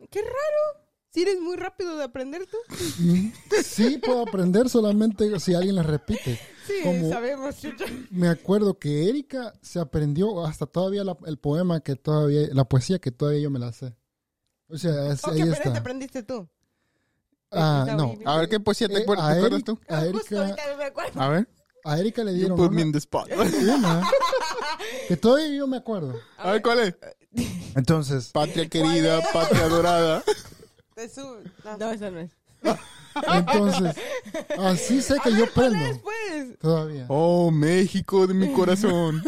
Speaker 2: Qué raro. Si eres muy rápido de aprender tú.
Speaker 3: Sí puedo aprender solamente si alguien las repite.
Speaker 2: Sí,
Speaker 3: Como-
Speaker 2: sabemos, chucha.
Speaker 3: Me acuerdo que Erika se aprendió hasta todavía la- el poema que todavía, la poesía que todavía yo me la sé. O sea, es-
Speaker 2: Ok,
Speaker 3: ahí
Speaker 2: pero te
Speaker 3: está.
Speaker 2: <laughs> aprendiste tú.
Speaker 3: Ah,
Speaker 2: Está
Speaker 3: no.
Speaker 2: horrible. Ah,
Speaker 1: A ver, ¿qué poesía te
Speaker 3: Eh,
Speaker 1: acuerdas,
Speaker 3: a
Speaker 1: te acuerdas
Speaker 3: Erika-
Speaker 1: tú?
Speaker 3: a
Speaker 2: Justo
Speaker 3: Erika,
Speaker 2: ahorita me acuerdo.
Speaker 1: A ver.
Speaker 3: a Erika le
Speaker 1: You
Speaker 3: dieron
Speaker 1: put me in
Speaker 3: una,
Speaker 1: the <laughs> spot.
Speaker 3: una que todavía yo me acuerdo.
Speaker 1: A ver, ¿cuál es?
Speaker 3: Entonces,
Speaker 1: Patria querida, patria adorada.
Speaker 4: Te sube. No.
Speaker 2: No, esa no es.
Speaker 3: entonces, así sé que yo prendo
Speaker 2: Pues,
Speaker 3: todavía.
Speaker 1: Oh, México de mi corazón.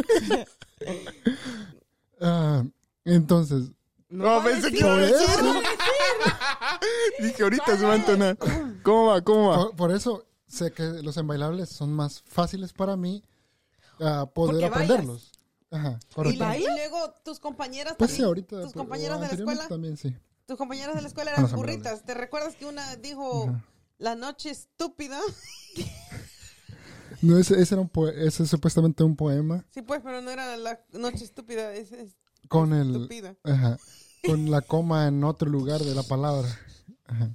Speaker 3: Ah, entonces,
Speaker 1: <laughs> No,
Speaker 2: va a
Speaker 1: pensé que
Speaker 2: decir.
Speaker 1: iba a
Speaker 3: por
Speaker 1: decir.
Speaker 3: eso,
Speaker 1: Dije, ahorita se va a entonar. ¿Cómo va? ¿Cómo va?
Speaker 3: por, por eso sé que los embailables son más fáciles para mí ah, poder
Speaker 2: Porque
Speaker 3: aprenderlos. Ajá,
Speaker 4: Y,
Speaker 3: correcto.
Speaker 4: la- y luego tus compañeras
Speaker 3: Pues sí,
Speaker 4: también,
Speaker 3: ahorita.
Speaker 4: tus
Speaker 3: pues,
Speaker 4: compañeras de la
Speaker 3: anteriormente
Speaker 4: escuela,
Speaker 3: También Ah, sí.
Speaker 4: tus compañeras de la escuela
Speaker 3: Con
Speaker 4: eran
Speaker 3: los hombres.
Speaker 4: burritas. ¿Te recuerdas que una dijo la noche estúpida?
Speaker 3: No, ese, ese era un poe- ese es supuestamente un poema
Speaker 4: Sí, pues, pero no era la noche estúpida, es es
Speaker 3: con el.
Speaker 4: estúpida.
Speaker 3: Ajá, con la coma en otro lugar de la palabra. Ajá.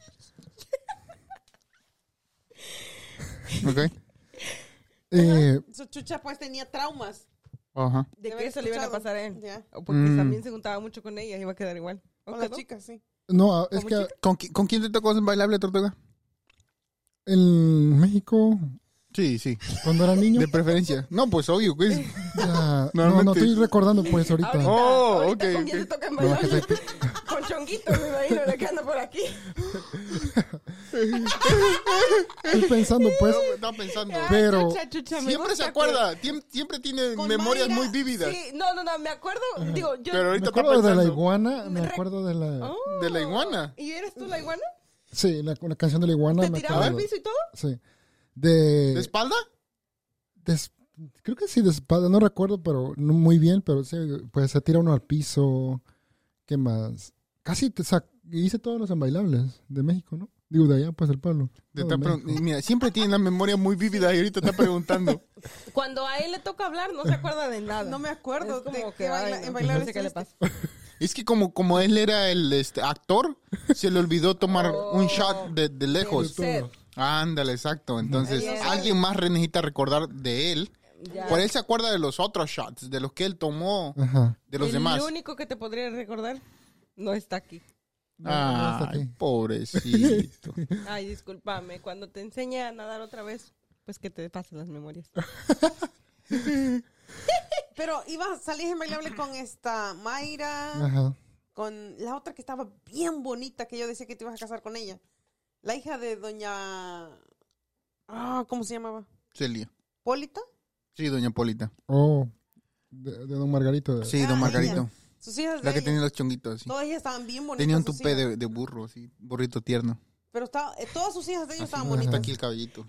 Speaker 1: Oh, Ok.
Speaker 3: Eh,
Speaker 4: Su chucha pues tenía traumas.
Speaker 1: Ajá.
Speaker 2: ¿De
Speaker 4: De
Speaker 2: qué
Speaker 4: haber
Speaker 2: eso le iban a
Speaker 4: escuchado.
Speaker 2: pasar a él?
Speaker 4: Ya.
Speaker 2: O Porque
Speaker 1: Mm.
Speaker 2: también se juntaba mucho con ella, iba a quedar igual. ¿O
Speaker 4: Con las
Speaker 2: quedó?
Speaker 4: chicas, sí.
Speaker 3: No, ah, es
Speaker 2: ¿Como
Speaker 3: que
Speaker 1: ¿Con, qui- con quién te tocó en bailable, Tortuga?
Speaker 3: en México,
Speaker 1: Sí, sí.
Speaker 3: cuando era niño,
Speaker 1: De preferencia. No, pues obvio. pues. <laughs>
Speaker 3: ya- no, no
Speaker 1: Normalmente-
Speaker 3: estoy recordando pues ahorita.
Speaker 2: Ahorita,
Speaker 1: Oh,
Speaker 2: ahorita
Speaker 1: ok,
Speaker 2: ¿con quién
Speaker 1: ok. pues, este.
Speaker 2: se toca en
Speaker 3: No, es que
Speaker 2: bailable? <laughs> Con chonguito, me imagino, le que anda por aquí.
Speaker 3: Estoy pensando pues,
Speaker 1: Estaba pensando.
Speaker 2: Ay,
Speaker 3: Pero
Speaker 2: chucha, chucha, me
Speaker 1: Siempre se
Speaker 2: gusta
Speaker 1: acuerda. tiem- Siempre tiene
Speaker 4: Con
Speaker 1: memorias
Speaker 4: Mayra,
Speaker 1: muy vívidas.
Speaker 2: Sí, no, no, no, me acuerdo, digo, yo...
Speaker 1: Pero
Speaker 3: me
Speaker 1: ahorita está
Speaker 3: acuerdo de la
Speaker 1: pensando.
Speaker 3: iguana, me
Speaker 2: Re-
Speaker 3: acuerdo de la...
Speaker 2: Oh.
Speaker 1: de la iguana.
Speaker 2: ¿Y eres tú la iguana?
Speaker 3: Sí, la, la canción de la iguana,
Speaker 2: ¿Te
Speaker 3: me
Speaker 2: tiraba al
Speaker 3: acuerdo.
Speaker 2: piso y todo?
Speaker 3: Sí.
Speaker 1: ¿De
Speaker 3: De...
Speaker 1: espalda?
Speaker 3: de es- creo que sí, de espada, no recuerdo, pero no muy bien, pero sí, pues se tira uno al piso. ¿Qué más? Casi te sac- hice todos los bailables de México, ¿no? Digo, de allá, pues el pueblo.
Speaker 1: Te
Speaker 3: No,
Speaker 1: está
Speaker 3: de
Speaker 1: pregun-
Speaker 3: México.
Speaker 1: Mira, siempre tiene una memoria muy vívida y ahorita
Speaker 3: <laughs>
Speaker 1: está preguntando.
Speaker 2: Cuando a él le toca hablar, no se acuerda de nada.
Speaker 4: No me acuerdo
Speaker 2: Es como
Speaker 4: de
Speaker 2: que,
Speaker 4: qué baila-
Speaker 2: ay, no,
Speaker 4: en bailar
Speaker 2: no sé qué le
Speaker 4: estuviste.
Speaker 1: Es que como, como él era el este, actor, se le olvidó tomar
Speaker 2: Oh.
Speaker 1: un shot de, de lejos.
Speaker 2: Del set.
Speaker 1: Ándale, exacto. Entonces,
Speaker 2: Ahí está.
Speaker 1: alguien más re- necesita recordar de él.
Speaker 2: Ya.
Speaker 1: Por él se acuerda de los otros shots, de los que él tomó,
Speaker 3: Ajá.
Speaker 1: de los
Speaker 2: el
Speaker 1: demás.
Speaker 2: único que te podría recordar no está aquí.
Speaker 3: No, no está
Speaker 1: Ay,
Speaker 3: aquí. <laughs>
Speaker 1: pobrecito.
Speaker 2: Ay, discúlpame, cuando te enseña a nadar otra vez, pues que te pasen las memorias.
Speaker 4: Pero ibas, salías en bailable con esta Mayra,
Speaker 3: Ajá.
Speaker 4: con la otra que estaba bien bonita, que yo decía que te ibas a casar con ella. La hija de doña... Ah, ¿cómo se llamaba?
Speaker 1: Celia.
Speaker 4: ¿Polita?
Speaker 1: Sí, doña Polita.
Speaker 3: Oh, de, de Don Margarito. de-
Speaker 1: Sí,
Speaker 4: Ah,
Speaker 1: don Margarito.
Speaker 4: ella. Sus hijas de
Speaker 1: La que
Speaker 4: ella.
Speaker 1: tenía los chonguitos. sí.
Speaker 4: Todas ellas estaban bien bonitas.
Speaker 1: Tenía un
Speaker 4: sus
Speaker 1: tupé
Speaker 4: hijas.
Speaker 1: de, de burro, así, burrito tierno.
Speaker 4: Pero estaba, eh, todas sus hijas de ellos
Speaker 1: Así,
Speaker 4: estaban
Speaker 1: hasta
Speaker 4: bonitas.
Speaker 1: aquí el cabellito.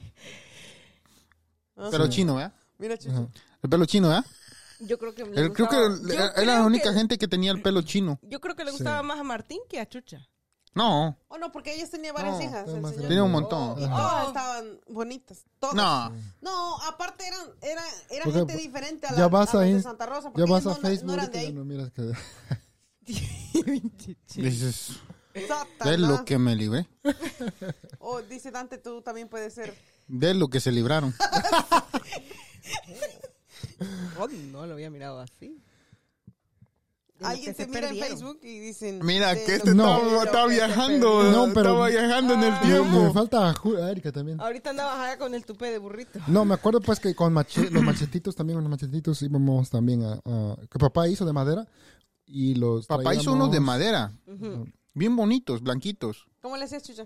Speaker 4: Ah,
Speaker 1: Pero
Speaker 4: sí.
Speaker 1: chino, ¿verdad?
Speaker 4: Mira, Chucho.
Speaker 3: Ajá.
Speaker 1: El pelo chino, ¿verdad?
Speaker 2: Yo creo que le
Speaker 1: El- creo que
Speaker 2: gustaba-
Speaker 1: el-
Speaker 2: yo
Speaker 1: era
Speaker 2: creo
Speaker 1: la única
Speaker 2: que-
Speaker 1: gente que tenía el pelo chino.
Speaker 2: Yo creo que le
Speaker 3: Sí.
Speaker 2: gustaba más a Martín que a <laughs> Chucha.
Speaker 1: No,
Speaker 4: Oh, no, porque ellas tenían varias
Speaker 1: No,
Speaker 4: hijas.
Speaker 3: estaba
Speaker 4: el
Speaker 3: más
Speaker 4: señor.
Speaker 1: tenía un montón.
Speaker 2: Oh, y
Speaker 4: Y
Speaker 3: Ajá.
Speaker 4: todas
Speaker 2: todo.
Speaker 4: estaban bonitas. Todas.
Speaker 1: No,
Speaker 4: No, aparte eran, era, era
Speaker 3: Porque
Speaker 4: gente diferente a la
Speaker 3: ya vas
Speaker 4: a los
Speaker 3: ahí-
Speaker 4: de Santa Rosa. porque
Speaker 3: Ya vas
Speaker 4: ellos
Speaker 3: a
Speaker 4: no- no
Speaker 3: Facebook
Speaker 4: eran
Speaker 3: ahorita
Speaker 4: de
Speaker 3: y ya
Speaker 4: ahí.
Speaker 3: no miras
Speaker 4: <laughs>
Speaker 3: que...
Speaker 1: dices, de
Speaker 4: Satanás.
Speaker 1: lo que me libré,
Speaker 4: Oh, dice Dante, tú también puedes ser.
Speaker 1: de lo que se libraron.
Speaker 2: <laughs> Oh, no lo había mirado así. De lo
Speaker 4: Alguien
Speaker 2: que
Speaker 4: te
Speaker 2: se
Speaker 4: mira
Speaker 2: perdieron.
Speaker 4: en Facebook y dicen.
Speaker 1: Mira,
Speaker 4: de
Speaker 1: que
Speaker 4: lo
Speaker 1: este
Speaker 3: No.
Speaker 1: estaba,
Speaker 2: De lo
Speaker 1: estaba
Speaker 2: que se
Speaker 1: viajando,
Speaker 3: perdió. No, pero-
Speaker 1: estaba viajando en el
Speaker 2: Ah.
Speaker 3: Me
Speaker 1: tiempo.
Speaker 3: falta a, Ju- a Erika también.
Speaker 2: Ahorita andaba bajada con el tupé de burrito.
Speaker 3: No, me acuerdo pues que con mache- los machetitos también, con los machetitos íbamos también a, a- que papá hizo de madera y los
Speaker 1: <laughs> Papá hizo unos de
Speaker 3: madera.
Speaker 1: madera, bien bonitos, blanquitos.
Speaker 4: ¿Cómo le hacías, Chucha?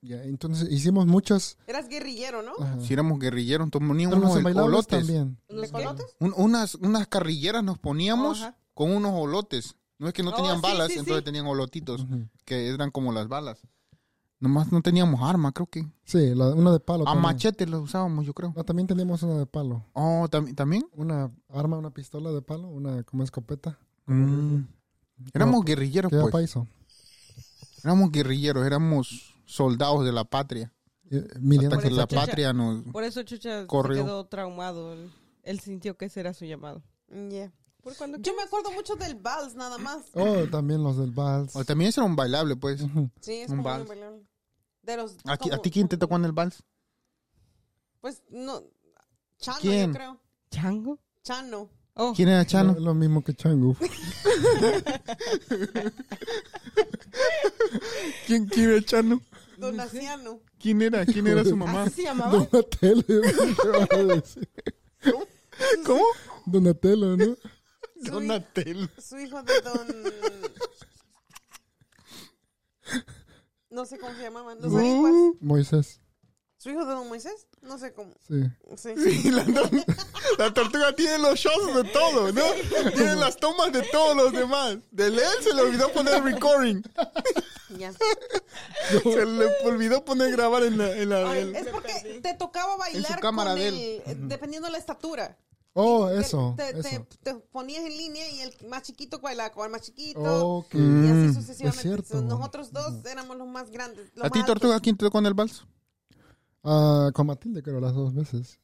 Speaker 3: entonces hicimos muchos
Speaker 4: Eras guerrillero, ¿no?
Speaker 3: ajá.
Speaker 1: Si éramos guerrilleros,
Speaker 3: Pero
Speaker 1: poníamos
Speaker 3: los
Speaker 1: unos
Speaker 3: bailables
Speaker 1: olotes.
Speaker 3: también.
Speaker 2: ¿Unos qué?
Speaker 4: ¿Colotes?
Speaker 1: Un- unas, unas carrilleras nos poníamos
Speaker 2: Oh, Ajá.
Speaker 1: con unos olotes. No es que no
Speaker 2: Oh,
Speaker 1: tenían
Speaker 2: sí,
Speaker 1: balas,
Speaker 2: sí, sí.
Speaker 1: entonces tenían olotitos,
Speaker 3: Ujú.
Speaker 1: que eran como las balas. Nomás no teníamos arma, creo que.
Speaker 3: Sí, la- una de palo.
Speaker 1: A
Speaker 3: también.
Speaker 1: machete lo usábamos, yo creo.
Speaker 3: No, también teníamos una de palo.
Speaker 1: Oh, ¿tam- ¿también?
Speaker 3: Una arma, una pistola de palo, una como escopeta.
Speaker 1: Mm. Éramos guerrilleros,
Speaker 3: ¿Qué
Speaker 1: pues.
Speaker 3: papá hizo?
Speaker 1: Éramos guerrilleros, éramos soldados de la patria.
Speaker 3: Eh, Miliano.
Speaker 1: Hasta que la
Speaker 2: Por eso-
Speaker 1: patria nos...
Speaker 2: Por eso Chucha
Speaker 1: Corrió.
Speaker 2: se quedó traumado. Él, él sintió que ese era su llamado.
Speaker 4: Yeah.
Speaker 2: Por cuando
Speaker 4: Yo me acuerdo mucho del vals, nada más.
Speaker 3: Oh, también los del vals.
Speaker 1: O también eso era un bailable, pues.
Speaker 3: Ujú.
Speaker 4: Sí, es
Speaker 1: Un
Speaker 4: como
Speaker 1: vals.
Speaker 4: bien bailable. De los.
Speaker 1: ¿A, ti- a
Speaker 4: como-
Speaker 1: ti quién te tocó en el vals?
Speaker 4: Pues no. Chano,
Speaker 1: ¿Quién?
Speaker 4: yo creo.
Speaker 2: ¿Chango?
Speaker 4: Chano.
Speaker 2: Oh,
Speaker 1: ¿Quién era
Speaker 3: Lo,
Speaker 1: Chano?
Speaker 3: lo mismo que Changu.
Speaker 1: ¿Quién, quién era Chano?
Speaker 4: Donaciano.
Speaker 1: ¿Quién era? ¿Quién era su
Speaker 2: <laughs> ¿así se llamaba?
Speaker 3: Donatello. <laughs> ¿qué vas a decir?
Speaker 1: ¿Cómo?
Speaker 3: Donatello, ¿no?
Speaker 1: Donatello.
Speaker 4: Su hijo de don. No sé cómo se llamaban. Los orihuas.
Speaker 3: Moisés.
Speaker 4: Su hijo de don Moisés. No sé cómo.
Speaker 3: Sí.
Speaker 4: Sí.
Speaker 1: Sí, la, tor- la tortuga tiene los shots de todo, ¿no? Tiene las tomas de todos los demás. De él se le olvidó poner recording.
Speaker 4: Ya.
Speaker 1: Se le olvidó poner grabar en la... En la en-
Speaker 4: Es porque te tocaba bailar
Speaker 1: cámara
Speaker 4: con
Speaker 1: de
Speaker 4: el- eh, dependiendo de la estatura.
Speaker 3: Oh,
Speaker 4: Te-
Speaker 3: eso.
Speaker 4: Te, te-
Speaker 3: eso.
Speaker 4: te ponías en línea y el más chiquito bailaba con el más chiquito.
Speaker 3: Ok.
Speaker 4: Y
Speaker 1: Mm,
Speaker 4: así
Speaker 1: es Mm.
Speaker 4: sucesivamente.
Speaker 3: cierto.
Speaker 4: Nosotros dos éramos los más grandes. los
Speaker 1: ¿A ti,
Speaker 4: más altos.
Speaker 1: tortuga, quién te tocó en el vals?
Speaker 3: Ah, con Matilde, creo, las dos veces.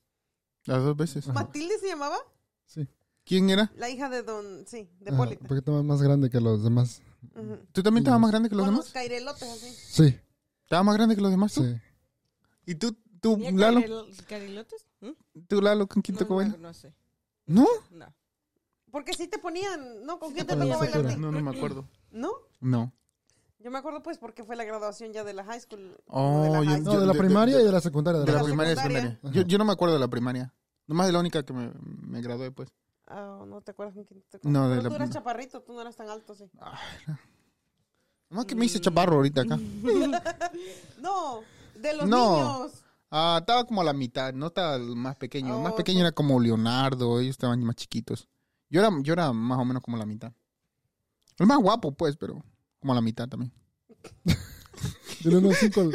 Speaker 1: Las dos veces.
Speaker 4: Matilde se llamaba
Speaker 3: Sí.
Speaker 1: ¿Quién era?
Speaker 4: la hija de don. Sí, de
Speaker 1: Ah,
Speaker 3: Ajá,
Speaker 4: Polita.
Speaker 3: Un poquito más- más grande que los demás.
Speaker 4: Ujú.
Speaker 1: ¿Tú también estabas más grande que los
Speaker 4: Con
Speaker 1: demás?
Speaker 4: los cairelotes así.
Speaker 3: Sí,
Speaker 1: ¿Estabas más grande que los demás tú?
Speaker 3: sí.
Speaker 1: ¿Y tú, tú
Speaker 2: ¿Tenía
Speaker 1: Lalo?
Speaker 2: caril- carilotes? ¿Mm?
Speaker 1: ¿Tú, Lalo, con quién
Speaker 2: No,
Speaker 1: tocó
Speaker 2: no,
Speaker 1: bailar?
Speaker 2: no sé.
Speaker 1: ¿No?
Speaker 2: No.
Speaker 4: Porque sí te ponían, ¿no? ¿Con quién te
Speaker 3: Con la
Speaker 4: tocó bailar?
Speaker 3: estatura.
Speaker 4: a ti?
Speaker 1: No, no me acuerdo.
Speaker 4: ¿No?
Speaker 1: No.
Speaker 4: Yo me acuerdo pues porque fue la graduación ya de la high school.
Speaker 1: Oh,
Speaker 4: o de la
Speaker 1: yo-
Speaker 4: high
Speaker 3: No,
Speaker 4: school.
Speaker 3: de la
Speaker 1: de-
Speaker 3: primaria
Speaker 1: de-
Speaker 3: y de la secundaria.
Speaker 1: De la,
Speaker 4: la
Speaker 1: primaria y
Speaker 4: secundaria.
Speaker 1: secundaria. Yo, yo no me acuerdo de la primaria. Nomás de la única que me, me gradué, pues.
Speaker 4: Ah, no te acuerdas con quién te
Speaker 1: No, de
Speaker 4: Pero
Speaker 1: la-
Speaker 4: Tú eras chaparrito, tú no eras tan alto, sí.
Speaker 1: Nomás que me hice chaparro ahorita acá.
Speaker 4: No, de los
Speaker 1: No.
Speaker 4: niños.
Speaker 1: Ah, estaba como a la mitad, no estaba el más pequeño. El más
Speaker 4: Oh,
Speaker 1: pequeño era como Leonardo, ellos estaban más chiquitos. Yo era, yo era más o menos como la mitad. El más guapo, pues, pero como a la mitad también.
Speaker 3: Del 1 al 5,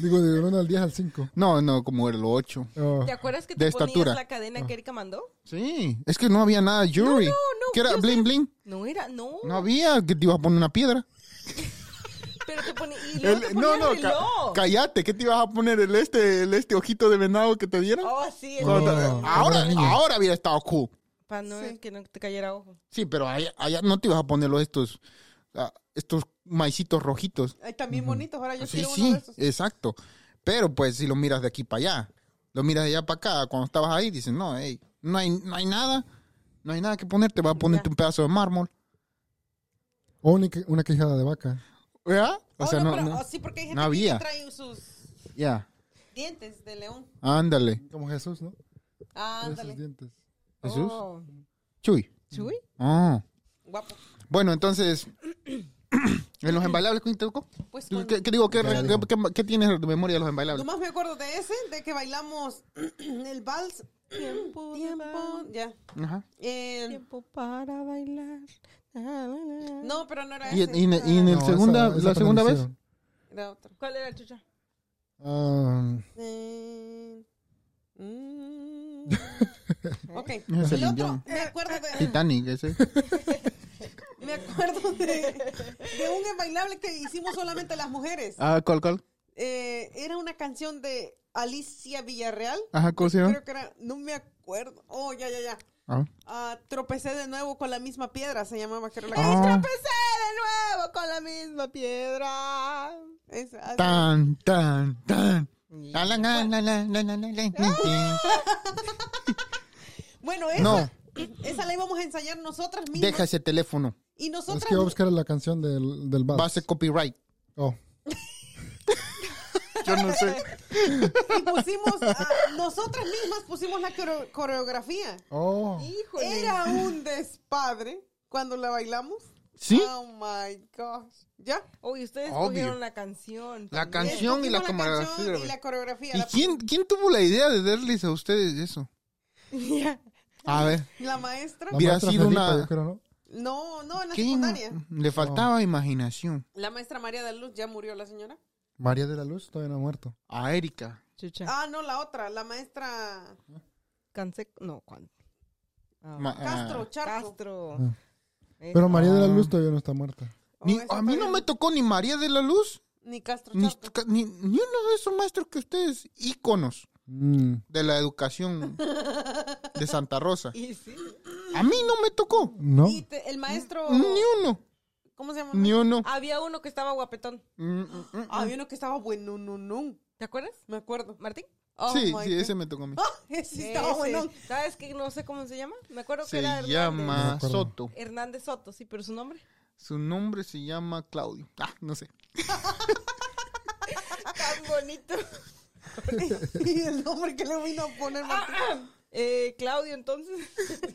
Speaker 3: digo, del 1 al 10 al 5.
Speaker 1: No, no, como el 8.
Speaker 3: Oh,
Speaker 2: ¿Te acuerdas que
Speaker 1: De
Speaker 2: te ponías
Speaker 1: estatura. Oh.
Speaker 2: la cadena que Erika mandó?
Speaker 1: Sí, es que no había nada de jewelry.
Speaker 2: no,
Speaker 1: ¿Qué era?
Speaker 2: yo
Speaker 1: Bling, bling.
Speaker 2: No era, no.
Speaker 1: No había que te ibas a poner una piedra.
Speaker 2: Pero te ponía. Y luego te
Speaker 1: El-
Speaker 2: ponía
Speaker 1: no, no,
Speaker 2: el
Speaker 1: ca-
Speaker 2: reloj.
Speaker 1: cállate. ¿Qué te ibas a poner? ¿El este, el este ojito de venado que te dieron?
Speaker 2: Oh, sí, el
Speaker 1: Cuando-
Speaker 2: reloj.
Speaker 3: no.
Speaker 1: ahora,
Speaker 3: Era niño.
Speaker 1: ahora hubiera estado cool.
Speaker 2: Para no que no te cayera ojo.
Speaker 1: Sí, pero allá, allá no te ibas a poner los estos, ah, estos maicitos rojitos.
Speaker 4: Ay, también bonitos, ahora yo
Speaker 1: Sí,
Speaker 4: quiero uno
Speaker 1: sí,
Speaker 4: de esos.
Speaker 1: exacto. Pero pues si lo miras de aquí para allá, lo miras de allá para acá, cuando estabas ahí, dices, no, hey, no hay, no hay nada, no hay nada que ponerte, vas a ponerte un pedazo de mármol.
Speaker 3: O una, que- una quijada de vaca.
Speaker 1: ¿Verdad? O
Speaker 4: Oh,
Speaker 1: sea,
Speaker 4: no,
Speaker 1: no,
Speaker 4: pero-
Speaker 1: no.
Speaker 4: oh, sí, porque hay gente
Speaker 1: no había.
Speaker 4: que trae sus
Speaker 1: Ya,
Speaker 4: dientes de león.
Speaker 1: ándale.
Speaker 3: Como Jesús, ¿no?
Speaker 4: Ah,
Speaker 3: Tiene sus
Speaker 4: ándale.
Speaker 3: dientes.
Speaker 1: Jesús.
Speaker 2: Oh.
Speaker 1: Chuy.
Speaker 2: ¿Chuy?
Speaker 1: Oh.
Speaker 4: Guapo.
Speaker 1: Bueno, entonces, <clears throat> en los embailables, ¿qué te tocó?
Speaker 4: Pues
Speaker 1: ¿Qué,
Speaker 4: cuando-
Speaker 1: qué digo? ¿Qué, qué-
Speaker 3: Ya dijo.
Speaker 1: qué- qué tienes de memoria de los embailables?
Speaker 4: Nomás me acuerdo de ese, de que bailamos <clears throat> el vals. Tiempo, tiempo. Ya.
Speaker 1: Ajá.
Speaker 4: Eh,
Speaker 2: Tiempo para bailar. Na, na, na.
Speaker 4: no, pero no era
Speaker 1: Y,
Speaker 4: ese.
Speaker 1: y en, y en el
Speaker 3: No, esa-
Speaker 1: segunda,
Speaker 3: esa
Speaker 1: la segunda vez.
Speaker 3: perteneció.
Speaker 4: Era otro.
Speaker 2: ¿Cuál era, chucha?
Speaker 3: Ah,
Speaker 4: Eh, mm.
Speaker 1: <laughs>
Speaker 4: ok.
Speaker 1: Es el
Speaker 4: El otro,
Speaker 1: Indión.
Speaker 4: me acuerdo de...
Speaker 1: Titanic, ese.
Speaker 4: Me acuerdo de, de un bailable que hicimos solamente las mujeres.
Speaker 1: Ah, ¿cuál, cuál?
Speaker 4: Eh, era una canción de Alicia Villarreal.
Speaker 1: Ajá, ¿cómo se llama?
Speaker 4: Creo que era, no me acuerdo. Oh, ya, ya, ya.
Speaker 1: Ah.
Speaker 4: Ah, tropecé de nuevo con la misma piedra, se llamaba, creo la
Speaker 1: Ah.
Speaker 4: canción.
Speaker 2: Empecé de nuevo con la misma piedra.
Speaker 4: Esa, así.
Speaker 1: Tan, tan, tan. La, la, la, la, la, la, la, la, la, la.
Speaker 4: Bueno, esa,
Speaker 1: No.
Speaker 4: esa la íbamos a ensayar nosotras mismas.
Speaker 1: Deja ese teléfono.
Speaker 4: Y
Speaker 3: es
Speaker 4: nosotras.
Speaker 3: que voy a buscar la canción del, del vals.
Speaker 1: Va a ser copyright.
Speaker 3: Oh,
Speaker 1: Yo no sé.
Speaker 4: <laughs> y pusimos. ah, nosotras mismas pusimos la coreo- coreografía.
Speaker 3: oh.
Speaker 2: Híjole.
Speaker 4: Era un despadre cuando la bailamos.
Speaker 1: ¿Sí?
Speaker 4: Oh my gosh. ¿Ya?
Speaker 2: Uy, ustedes
Speaker 1: Obvio.
Speaker 2: cogieron la canción.
Speaker 1: La
Speaker 2: también.
Speaker 1: canción. y la
Speaker 4: Pusimos
Speaker 1: coreografía,
Speaker 4: canción
Speaker 1: güey.
Speaker 4: Y la coreografía.
Speaker 1: ¿Y
Speaker 4: la-
Speaker 1: quién, quién tuvo la idea de darles a ustedes eso?
Speaker 2: Ya.
Speaker 1: A ver,
Speaker 4: La maestra.
Speaker 3: La
Speaker 1: Hubiera
Speaker 3: maestra
Speaker 1: sido
Speaker 3: Felipa,
Speaker 1: una-
Speaker 3: yo creo, ¿no?
Speaker 4: No, no, en la
Speaker 1: ¿qué?
Speaker 4: secundaria.
Speaker 1: Le faltaba imaginación.
Speaker 4: La maestra María de Luz ya murió, la señora.
Speaker 3: María de la Luz todavía no ha muerto.
Speaker 1: A Erika.
Speaker 2: Chucha.
Speaker 4: Ah, no, la otra, la maestra
Speaker 2: Canse... No, ¿cuál? Ah,
Speaker 1: Ma-
Speaker 4: Castro,
Speaker 1: ah.
Speaker 4: Charco.
Speaker 2: Castro.
Speaker 3: Ah.
Speaker 2: Eh,
Speaker 3: Pero María de la
Speaker 1: Ah.
Speaker 3: Luz todavía no está muerta.
Speaker 4: Oh,
Speaker 1: Ni-
Speaker 4: esa
Speaker 1: a mí no
Speaker 4: todavía
Speaker 1: me tocó ni María de la Luz,
Speaker 4: Ni Castro,
Speaker 1: ni,
Speaker 4: Charco.
Speaker 1: ni, ni uno de esos maestros que ustedes, íconos
Speaker 3: Mm,
Speaker 1: de la educación de Santa Rosa.
Speaker 2: Ah. Y sí.
Speaker 1: A mí no me tocó.
Speaker 3: ¿No?
Speaker 4: Y te- el maestro.
Speaker 1: Ni uno.
Speaker 4: ¿Cómo se llama?
Speaker 1: Ni uno.
Speaker 2: Había uno que estaba guapetón.
Speaker 1: Mm, mm, mm.
Speaker 4: Ah, había uno que estaba bueno, no, no.
Speaker 2: ¿Te acuerdas,
Speaker 4: Me acuerdo.
Speaker 2: Martín?
Speaker 4: Oh,
Speaker 1: sí,
Speaker 4: my
Speaker 1: sí,
Speaker 4: God.
Speaker 1: ese me tocó a mí.
Speaker 4: Ah, <laughs> ese estaba
Speaker 2: Ese.
Speaker 4: bueno.
Speaker 2: ¿Sabes que no sé cómo se llama? Me acuerdo que
Speaker 1: Se
Speaker 2: era Hernández.
Speaker 3: No me
Speaker 1: llama
Speaker 3: acuerdo.
Speaker 1: Soto.
Speaker 2: Hernández Soto, sí, pero su nombre.
Speaker 1: Su nombre se llama Claudio. Ah, no sé.
Speaker 2: Tan bonito.
Speaker 4: y el nombre que le vino a poner Martín.
Speaker 2: Eh, Claudio, entonces. <laughs>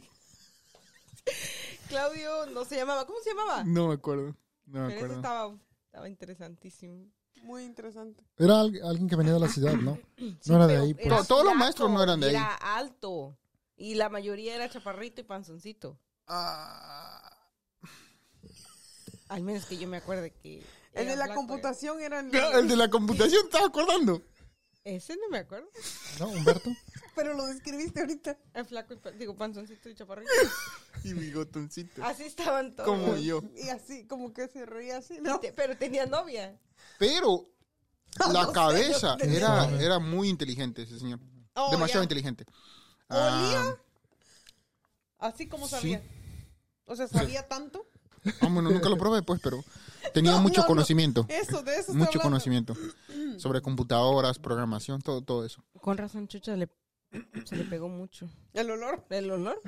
Speaker 2: Claudio no se llamaba. ¿Cómo se
Speaker 4: Ah.
Speaker 2: llamaba?
Speaker 1: No me acuerdo. No me
Speaker 2: Pero ese
Speaker 1: acuerdo.
Speaker 2: estaba, estaba interesantísimo.
Speaker 4: Muy interesante.
Speaker 3: Era al- alguien que venía de la ciudad,
Speaker 2: <clears throat>
Speaker 3: ¿no? No era de ahí,
Speaker 1: era-
Speaker 3: pues.
Speaker 1: todos los maestros no eran de ahí.
Speaker 2: Era alto. Y la mayoría era chaparrito y panzoncito.
Speaker 1: Ah,
Speaker 2: Al menos que yo me acuerde que.
Speaker 4: El
Speaker 2: era
Speaker 4: de la
Speaker 2: flaco,
Speaker 4: computación era el-
Speaker 1: el de la computación, ¿estás acordando?
Speaker 2: eh. Ese no me acuerdo.
Speaker 3: ¿No, Humberto?
Speaker 4: Pero lo describiste ahorita.
Speaker 2: El flaco, y pa- digo, panzoncito
Speaker 1: <laughs>
Speaker 2: y chaparrito.
Speaker 1: Y bigotoncito.
Speaker 4: Ah.
Speaker 2: Así estaban todos.
Speaker 1: Como yo.
Speaker 4: Y así, como que se reía así, ¿no?
Speaker 2: Y te- Pero tenía novia.
Speaker 1: Pero
Speaker 4: <laughs>
Speaker 1: la cabeza
Speaker 3: no
Speaker 1: era,
Speaker 3: sabe.
Speaker 1: era muy inteligente ese señor.
Speaker 4: Oh,
Speaker 1: Demasiado
Speaker 4: ya.
Speaker 1: inteligente.
Speaker 4: ¿Olía?
Speaker 1: Ah,
Speaker 4: Así como
Speaker 1: Sí.
Speaker 4: sabía. O sea, sabía tanto.
Speaker 1: ah, bueno, nunca lo probé, pues,
Speaker 4: <laughs>
Speaker 1: pero tenía
Speaker 4: No,
Speaker 1: mucho
Speaker 4: no, no.
Speaker 1: conocimiento.
Speaker 4: Eso, de eso estoy
Speaker 1: Mucho
Speaker 4: hablando. <clears throat>
Speaker 1: conocimiento sobre computadoras, programación, todo, todo eso.
Speaker 2: Con razón, Chucha le, se le pegó mucho.
Speaker 4: El olor.
Speaker 2: ¿El olor?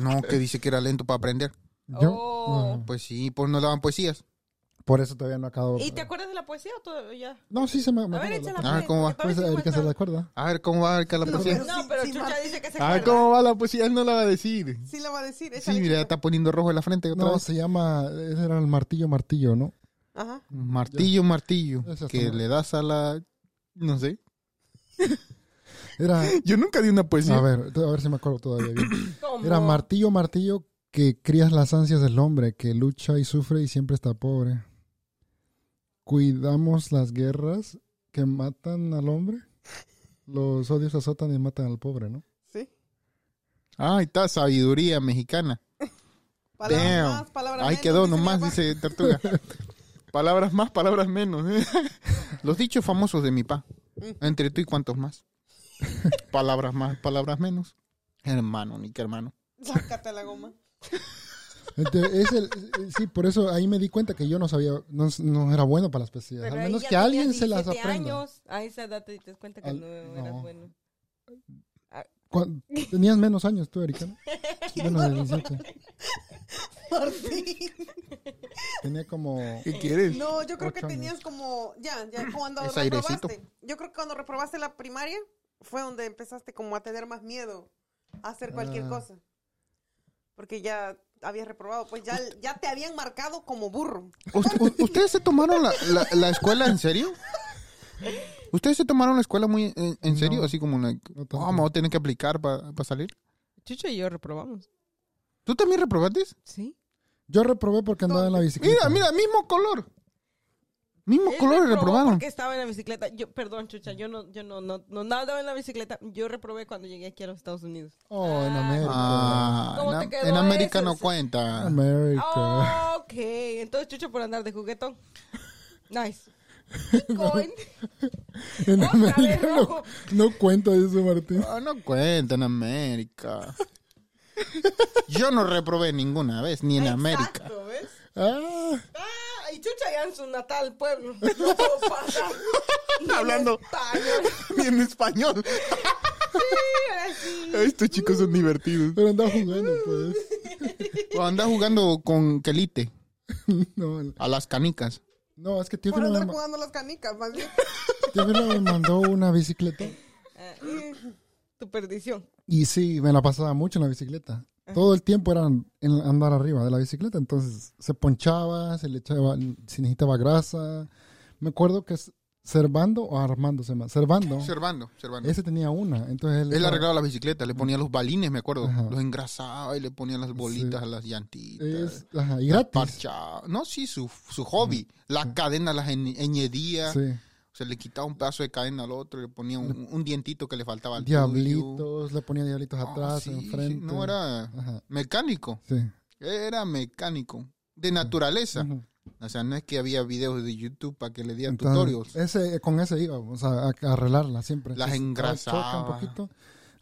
Speaker 1: No, que dice que era lento para aprender.
Speaker 3: Yo,
Speaker 2: Oh.
Speaker 3: ajá.
Speaker 1: Pues sí, pues no daban poesías.
Speaker 3: Por eso todavía no acabo.
Speaker 2: ¿Y te acuerdas de la poesía o todavía?
Speaker 3: No, sí se me. me
Speaker 2: A ver,
Speaker 3: acuerdo.
Speaker 2: échala.
Speaker 1: Ah,
Speaker 2: pues,
Speaker 1: ¿cómo va?
Speaker 2: que para
Speaker 3: Pues
Speaker 2: ver si
Speaker 3: Erika se
Speaker 2: encuentro-
Speaker 3: la acuerda.
Speaker 1: A ver cómo va a arcar la poesía.
Speaker 2: No, pero
Speaker 4: Sí,
Speaker 2: Chucha
Speaker 4: Marta.
Speaker 2: dice que
Speaker 3: Ah,
Speaker 2: se
Speaker 1: A ver
Speaker 2: acuerda.
Speaker 1: cómo va la poesía, él no la va a decir.
Speaker 4: Sí la va a decir.
Speaker 1: Sí,
Speaker 4: échale,
Speaker 1: mira, ya
Speaker 4: chica.
Speaker 1: está poniendo rojo en la frente otra
Speaker 3: No,
Speaker 1: vez.
Speaker 3: se llama. Ese era el martillo, martillo, ¿no?
Speaker 4: Ajá.
Speaker 1: Martillo, martillo,
Speaker 3: Esa está
Speaker 1: que
Speaker 3: mal.
Speaker 1: le das a la... No sé. <laughs>
Speaker 2: <clears throat>
Speaker 3: Era.
Speaker 1: Yo nunca di una
Speaker 3: A
Speaker 1: poesía.
Speaker 3: ver, a ver si me acuerdo todavía bien.
Speaker 2: ¿Cómo?
Speaker 3: Era martillo, martillo que crías las ansias del hombre, que lucha y sufre y siempre está pobre. Cuidamos las guerras que matan al hombre. Los odios azotan y matan al pobre, ¿no?
Speaker 4: Sí.
Speaker 1: Ah, Ahí está, sabiduría mexicana.
Speaker 4: Palabras
Speaker 1: Damn.
Speaker 4: más, palabras
Speaker 1: Ahí
Speaker 4: menos,
Speaker 1: quedó
Speaker 4: dice mi
Speaker 1: nomás,
Speaker 4: papá.
Speaker 1: dice Tortuga. palabras más, palabras menos. ¿eh? Los dichos famosos de mi pa. Entre tú y cuantos más. palabras más, palabras menos. Hermano, ni que hermano.
Speaker 4: Sácate la goma.
Speaker 3: Entonces,
Speaker 2: <laughs>
Speaker 3: es el- eh, sí, por eso ahí me di cuenta que yo no sabía, no, no era bueno para las pestillas.
Speaker 2: Pero
Speaker 3: Al
Speaker 2: ahí
Speaker 3: menos
Speaker 2: ya
Speaker 3: que alguien
Speaker 2: tenías
Speaker 3: se las
Speaker 2: 17
Speaker 3: aprenda.
Speaker 2: años. A esa edad te das cuenta que
Speaker 3: Al-
Speaker 2: no eras
Speaker 3: no.
Speaker 2: bueno.
Speaker 3: Cuan- Tenías menos años tú, Erika,
Speaker 2: <laughs>
Speaker 3: ¿no? Bueno, de 18. Tenía como...
Speaker 1: ¿Qué quieres?
Speaker 4: No, yo creo que
Speaker 3: Ocho años.
Speaker 4: tenías como. Ya, ya,
Speaker 1: <clears throat>
Speaker 4: cuando
Speaker 1: Es airecito.
Speaker 4: reprobaste. Yo creo que cuando reprobaste la primaria fue donde empezaste como a tener más miedo a hacer cualquier
Speaker 3: Ah.
Speaker 4: cosa. Porque ya habías reprobado. Pues ya, ya te habían marcado como burro.
Speaker 1: ¿Ust- u- ¿Ustedes se tomaron la, la- la escuela en serio? ¿Ustedes se tomaron la escuela muy en, en serio?
Speaker 3: No.
Speaker 1: Así como, like,
Speaker 3: No tanto.
Speaker 1: "Oh, vamos a tener que aplicar para salir.
Speaker 2: Chucho y yo reprobamos.
Speaker 1: ¿Tú también reprobaste?
Speaker 2: Sí.
Speaker 3: Yo reprobé porque andaba en la bicicleta.
Speaker 1: Mira, mira, mismo color. Mismo
Speaker 2: Él
Speaker 1: color
Speaker 2: reprobó
Speaker 1: reprobaron.
Speaker 2: Porque estaba en la bicicleta. Yo, perdón, Chucha, yo no, yo no, no, no nadaba en la bicicleta. Yo reprobé cuando llegué aquí a los Estados Unidos.
Speaker 3: Oh, en América.
Speaker 1: Ah,
Speaker 2: ¿Cómo te
Speaker 1: en,
Speaker 2: quedó
Speaker 1: en América
Speaker 2: eso?
Speaker 1: no cuenta.
Speaker 3: América.
Speaker 2: Ah, ok, entonces Chucho por andar
Speaker 3: <laughs>
Speaker 2: de juguetón. Nice. Bitcoin.
Speaker 3: En
Speaker 2: Otra vez
Speaker 3: América <laughs> no,
Speaker 2: rojo.
Speaker 3: no cuenta eso, Martín.
Speaker 1: Ah, no cuenta en
Speaker 2: <laughs>
Speaker 1: América. Yo no reprobé ninguna vez, ni en América.
Speaker 2: Exacto, ¿ves?
Speaker 3: Ah,
Speaker 2: Ah, y Chucha ya en su natal
Speaker 3: <laughs>
Speaker 2: pueblo. No puedo pasar. Y en
Speaker 1: Hablando.
Speaker 2: español.
Speaker 1: <laughs> Ni en español.
Speaker 2: Sí, ahora sí.
Speaker 1: Estos chicos son divertidos.
Speaker 3: pero andaba jugando, pues. <laughs>
Speaker 1: O anda jugando con Kelite
Speaker 3: No,
Speaker 1: a las canicas.
Speaker 3: no es que tío
Speaker 4: Por
Speaker 3: Firma
Speaker 4: andar
Speaker 3: me-
Speaker 4: jugando las canicas, más
Speaker 3: <laughs>
Speaker 4: bien.
Speaker 3: tío Firma
Speaker 1: <laughs>
Speaker 3: me mandó una bicicleta.
Speaker 2: Ah, Tu perdición.
Speaker 3: Y sí, me la pasaba mucho en la bicicleta. Todo el tiempo era en- en andar arriba de la bicicleta, entonces se ponchaba, se le echaba, se necesitaba grasa. Me acuerdo que es Servando o Armando se llama, Servando,
Speaker 1: Observando, observando.
Speaker 3: ese tenía una, entonces él
Speaker 1: Él
Speaker 3: estaba-
Speaker 1: arreglaba la bicicleta, le ponía los balines, me acuerdo.
Speaker 3: Ajá.
Speaker 1: Los engrasaba y le ponía las bolitas
Speaker 3: Sí.
Speaker 1: a las llantitas.
Speaker 3: es- ajá, y gratis.
Speaker 1: Parcha. No, sí, su, su hobby. Las cadenas las en- añadía.
Speaker 3: Sí.
Speaker 1: Se le quitaba un pedazo de cadena al otro, le ponía un, un dientito que le faltaba al tuyo.
Speaker 3: Diablitos, le ponía diablitos atrás,
Speaker 1: Ah, sí, sí,
Speaker 3: enfrente.
Speaker 1: No era
Speaker 3: Ajá.
Speaker 1: mecánico,
Speaker 3: Sí.
Speaker 1: era mecánico, de naturaleza.
Speaker 3: Ujú.
Speaker 1: O sea, no es que había videos de YouTube para que le dieran
Speaker 3: Entonces,
Speaker 1: tutorials.
Speaker 3: ese, con ese íbamos a, a- a arreglarla siempre.
Speaker 1: Las
Speaker 3: Si estaba
Speaker 1: engrasaba.
Speaker 3: choca un poquito,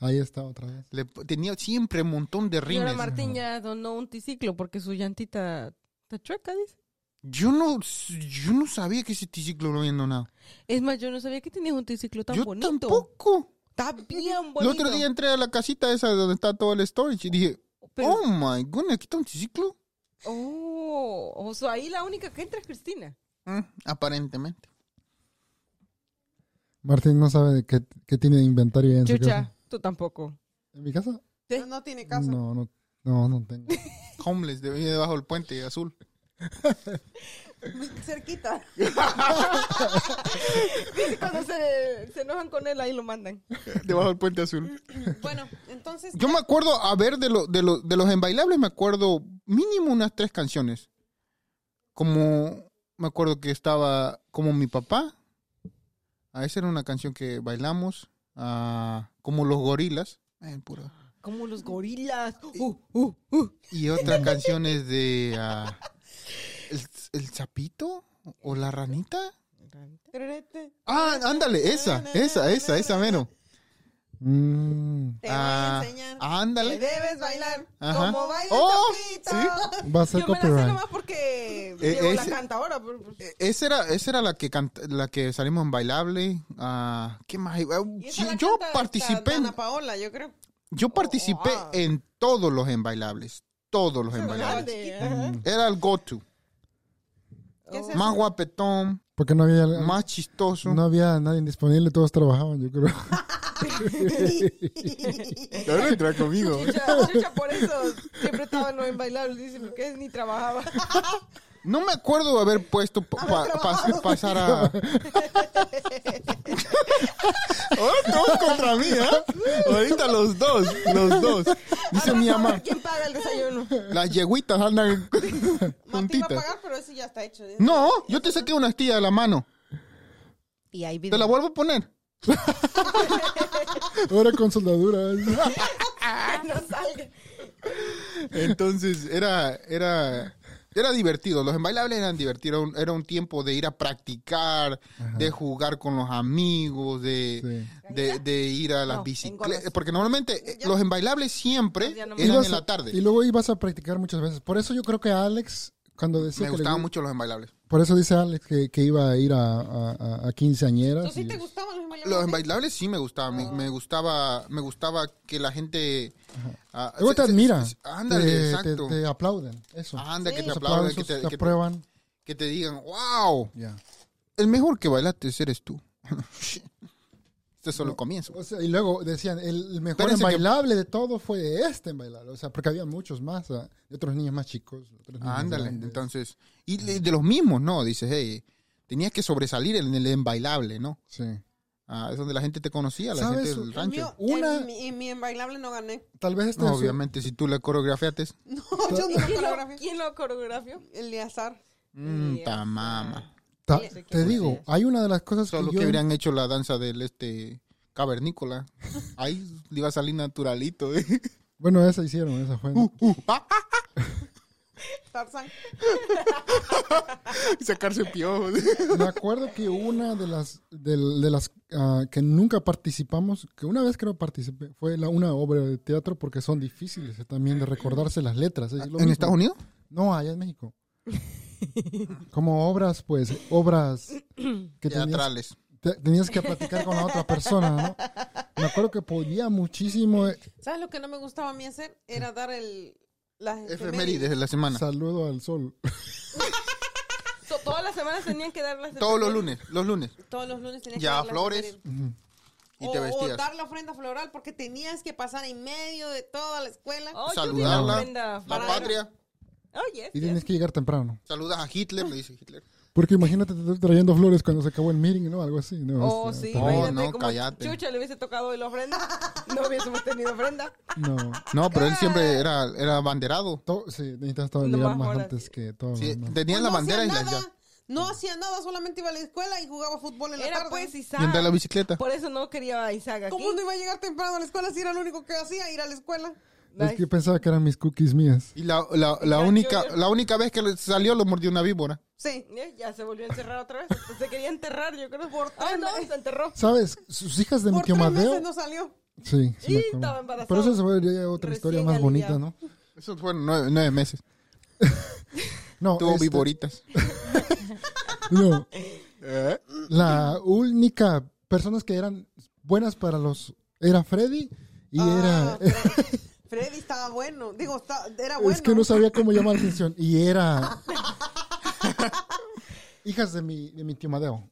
Speaker 3: ahí está otra vez.
Speaker 1: Le po- tenía siempre un montón de
Speaker 2: Y ahora
Speaker 1: rines.
Speaker 2: Martín ya donó un triciclo porque su llantita está chueca, dice.
Speaker 1: Yo no, yo no sabía que ese triciclo lo habían donado.
Speaker 2: Es más, yo no sabía que tenías un triciclo tan
Speaker 1: yo
Speaker 2: bonito.
Speaker 1: tampoco.
Speaker 2: Está bien
Speaker 1: El
Speaker 2: bonito.
Speaker 1: otro día entré a la casita esa donde está todo el storage y dije,
Speaker 2: Pero-
Speaker 1: oh my goodness, aquí está un triciclo.
Speaker 2: Oh, o sea, ahí la única que entra es Cristina.
Speaker 1: Mm, aparentemente.
Speaker 3: Martín no sabe de qué, qué tiene de inventario en su casa.
Speaker 2: Chucha, tú tampoco.
Speaker 3: ¿En mi casa?
Speaker 2: Sí.
Speaker 4: No, no tiene caso.
Speaker 3: No, no, no, no tengo.
Speaker 1: Homeless, de- debajo del puente azul.
Speaker 4: <laughs>
Speaker 1: <laughs>
Speaker 4: Cerquita.
Speaker 2: Dice cuando se, se enojan con él, ahí lo mandan.
Speaker 1: debajo del puente azul.
Speaker 4: Bueno, entonces.
Speaker 1: Yo me acuerdo, a ver, de, lo, de, lo- de los embailables, me acuerdo mínimo unas tres canciones. Como, me acuerdo que estaba como mi papá. A esa era una canción que bailamos. ah, como los gorilas. eh, puro.
Speaker 2: Como los gorilas. Uh, uh, uh.
Speaker 1: Y otras canciones de. ah, el, el sapito? ¿O la ranita?
Speaker 4: Te
Speaker 1: Ah, ándale, esa, esa, esa, esa, menos.
Speaker 3: Mm,
Speaker 4: voy a
Speaker 1: Ah,
Speaker 4: enseñar. que
Speaker 1: ándale.
Speaker 4: debes bailar.
Speaker 1: Ajá.
Speaker 4: Como baila
Speaker 1: Oh,
Speaker 4: el
Speaker 1: sí.
Speaker 4: Zapito.
Speaker 2: <laughs>
Speaker 3: va a
Speaker 2: Yo
Speaker 3: ser
Speaker 2: me la sé
Speaker 3: copyright.
Speaker 2: nomás porque
Speaker 1: Eh,
Speaker 2: Diego la
Speaker 1: ese-
Speaker 2: canta ahora. pero- pero-
Speaker 1: E- Esa era, esa era la que cant- la que salimos en bailable. ah, ¿Qué más? Ah,
Speaker 4: Y esa
Speaker 1: sí,
Speaker 4: la
Speaker 1: yo
Speaker 4: canta hasta
Speaker 1: participé, en-
Speaker 4: Dana Paola, yo creo.
Speaker 1: yo participé
Speaker 2: Oh, ah.
Speaker 1: en todos los en bailables, todos los embailables.
Speaker 3: Mm,
Speaker 1: Era el go-to. Más guapetón,
Speaker 3: Porque no había,
Speaker 1: más chistoso.
Speaker 3: no había nadie disponible, todos trabajaban, yo
Speaker 1: <laughs>
Speaker 3: creo.
Speaker 1: Ahora entra conmigo.
Speaker 2: Chucha, chucha, por eso siempre estaba en los bailables. Dice, porque ni trabajaba.
Speaker 1: <laughs> No me acuerdo de haber puesto pa- pa- pas- pasar a. <laughs> Ahora Oh, todos contra mí, ¿eh? Ahorita los dos, los dos.
Speaker 4: <laughs>
Speaker 1: Dice
Speaker 2: Al
Speaker 1: mi
Speaker 2: rato, a
Speaker 1: mamá,
Speaker 2: ver ¿Quién paga el desayuno?
Speaker 1: las yeguitas andan
Speaker 4: Martín va a
Speaker 1: juntitas.
Speaker 4: pagar, pero eso ya está
Speaker 1: Mm,
Speaker 4: hecho.
Speaker 1: No, yo te saqué una astilla de la mano.
Speaker 2: Y ahí
Speaker 1: Te la vuelvo a poner.
Speaker 3: Ahora con soldadura.
Speaker 2: no salga.
Speaker 1: Entonces era, era, era divertido. Los bailables eran divertidos. Era un, era un tiempo de ir a practicar, de jugar con los amigos, de, de, de ir a las
Speaker 2: No,
Speaker 1: bicicletas.
Speaker 2: engordas.
Speaker 1: Porque normalmente eh, los bailables siempre
Speaker 2: Ya no me-
Speaker 1: eran
Speaker 3: Ibas
Speaker 1: en
Speaker 3: a-
Speaker 1: la tarde.
Speaker 3: Y luego ibas a practicar muchas veces. Por eso yo creo que Alex, cuando decía
Speaker 1: Me
Speaker 3: que le
Speaker 1: gustaban
Speaker 3: gu-
Speaker 1: mucho los bailables.
Speaker 3: Por eso dice Alex que, que iba a ir a, a- a- a quinceañeras.
Speaker 4: Entonces,
Speaker 3: y-
Speaker 4: ¿sí te gustaban los bailables?
Speaker 1: Los bailables sí me gustaban. Me, me gustaba, me gustaba que la gente. ah,
Speaker 3: Luego te
Speaker 1: se- se-
Speaker 3: admira.
Speaker 1: se- Ándale,
Speaker 3: te,
Speaker 1: exacto.
Speaker 3: te- te aplauden. Eso.
Speaker 1: Ándale, que te
Speaker 4: Sí.
Speaker 3: Los
Speaker 1: aplauden, que
Speaker 3: aplausos,
Speaker 1: te,
Speaker 3: te
Speaker 1: que te-
Speaker 3: aprueban.
Speaker 1: que te digan, wow,
Speaker 3: Ya.
Speaker 1: el mejor que bailaste eres
Speaker 3: <laughs>
Speaker 1: tú. este es solo el comienzo.
Speaker 3: O sea, y luego decían, el el mejor
Speaker 1: Espérense que-
Speaker 3: bailable de todo fue este en bailar. O sea, porque había muchos más, ah, de otros niños más chicos. otros niños más
Speaker 1: Ándale,
Speaker 3: grandes.
Speaker 1: entonces. Y de, de los mismos, ¿no? Dices, hey, tenías que sobresalir en el embailable, ¿no?
Speaker 3: Sí.
Speaker 1: Ah, es donde la gente te conocía, la
Speaker 3: ¿Sabes?
Speaker 1: gente del
Speaker 3: El
Speaker 1: rancho.
Speaker 4: Mío,
Speaker 3: Una-
Speaker 4: en, mi, en mi embailable no
Speaker 1: <laughs>
Speaker 4: gané.
Speaker 3: Tal vez este
Speaker 1: No,
Speaker 3: es su-
Speaker 1: obviamente, si tú la coreografiaste,
Speaker 4: No, yo no
Speaker 2: ¿Quién lo,
Speaker 4: coreografié.
Speaker 2: ¿Quién lo coreografió?
Speaker 4: El de azar.
Speaker 1: mm,
Speaker 2: Ya
Speaker 1: ta
Speaker 2: sé.
Speaker 1: mama.
Speaker 3: ta-
Speaker 2: Sí, sí,
Speaker 3: te
Speaker 2: sí.
Speaker 3: digo, hay una de las cosas
Speaker 1: Solo
Speaker 3: que yo...
Speaker 1: que hubieran hecho la danza del este cavernícola. Ahí le iba a salir naturalito. ¿eh?
Speaker 3: <laughs> Bueno, esa hicieron, esa fue.
Speaker 1: Uh, <laughs> uh, ah, ah,
Speaker 4: Tarzán.
Speaker 1: sacarse piojos.
Speaker 3: Me acuerdo que una de las, de, de las ah, que nunca participamos, que una vez creo participé, fue la, una obra de teatro porque son difíciles eh, también de recordarse las letras. es lo
Speaker 1: ¿En
Speaker 3: mismo.
Speaker 1: Estados Unidos?
Speaker 3: No, allá en México. Como obras, pues, obras que tenías,
Speaker 1: Teatrales.
Speaker 3: te- tenías que platicar con la otra persona, ¿no? Me acuerdo que podía muchísimo. eh,
Speaker 4: ¿Sabes lo que no me gustaba a mí hacer? Era dar el... Las
Speaker 1: Mm. Efemérides de la semana.
Speaker 3: Saludo al sol.
Speaker 2: So, todas las semanas tenían que dar las
Speaker 1: Todos los
Speaker 2: efemérides.
Speaker 1: lunes, los lunes.
Speaker 4: Todos los lunes tenías
Speaker 1: Ya,
Speaker 4: que dar las
Speaker 1: flores.
Speaker 4: efemérides.
Speaker 1: Y
Speaker 4: o,
Speaker 1: te
Speaker 4: o
Speaker 1: vestías.
Speaker 4: dar la ofrenda floral porque tenías que pasar en medio de toda la escuela.
Speaker 2: Oh, yo vi la
Speaker 1: saludarla,
Speaker 2: ofrenda.
Speaker 1: la
Speaker 2: floral.
Speaker 1: patria.
Speaker 2: Oh, yes,
Speaker 3: Y
Speaker 2: yes.
Speaker 3: tienes que llegar temprano.
Speaker 1: Saludas a Hitler, le dice Hitler.
Speaker 3: Porque imagínate te- trayendo flores cuando se acabó el meeting, ¿no? Algo así, ¿no?
Speaker 2: Oh,
Speaker 3: O sea,
Speaker 2: sí,
Speaker 1: Oh,
Speaker 2: imagínate
Speaker 1: no,
Speaker 2: cómo
Speaker 1: cállate.
Speaker 2: Chucha le hubiese tocado hoy la ofrenda. No hubiésemos tenido ofrenda.
Speaker 3: No.
Speaker 4: Ah,
Speaker 1: No, pero él siempre era, era abanderado.
Speaker 3: To- sí, necesitas todo
Speaker 2: No
Speaker 3: llegar
Speaker 2: más
Speaker 3: más
Speaker 2: horas.
Speaker 3: antes que todo.
Speaker 1: Sí,
Speaker 3: ¿no?
Speaker 1: tenía
Speaker 4: Pues
Speaker 1: la
Speaker 4: no
Speaker 1: bandera y
Speaker 4: hacía
Speaker 1: la
Speaker 4: nada,
Speaker 1: ya.
Speaker 4: No hacía nada, solamente iba a la escuela y jugaba fútbol en la
Speaker 2: Era
Speaker 4: tarde.
Speaker 2: pues Isaac.
Speaker 1: Y andaba en la bicicleta.
Speaker 2: Por eso no quería a Isaac aquí.
Speaker 4: ¿Cómo no iba a llegar temprano a la escuela si era lo único que hacía, ir a la escuela?
Speaker 3: Es que pensaba que eran mis cookies mías.
Speaker 1: Y la, la, la
Speaker 2: Ya,
Speaker 1: única,
Speaker 2: yo-
Speaker 1: la única vez que le salió lo mordió una víbora.
Speaker 4: Sí.
Speaker 2: Eh, Ya se volvió a encerrar otra vez. Se quería enterrar, yo creo. Por
Speaker 4: tres
Speaker 2: no,
Speaker 4: meses.
Speaker 2: se enterró.
Speaker 3: ¿Sabes? Sus hijas de
Speaker 4: Por tres
Speaker 3: Mikeomadeo.
Speaker 4: meses no salió.
Speaker 3: Sí, sí.
Speaker 2: Y
Speaker 3: me acuerdo.
Speaker 2: estaba embarazada.
Speaker 3: Pero eso sería otra
Speaker 2: Recién
Speaker 3: historia más bonita,
Speaker 2: aliviada.
Speaker 3: ¿no?
Speaker 1: Eso fueron nueve, nueve meses.
Speaker 3: No,
Speaker 1: Tuvo
Speaker 3: este,
Speaker 1: víboritas.
Speaker 3: <laughs> no,
Speaker 1: <laughs> ¿Eh?
Speaker 3: la única personas que eran buenas para los era Freddy y
Speaker 4: Ah,
Speaker 3: era eh,
Speaker 4: Fre- Freddy estaba bueno. Digo, está- era bueno.
Speaker 3: es que no sabía cómo llamar la atención y
Speaker 4: <laughs>
Speaker 3: era hijas de mi de mi tío Madeo.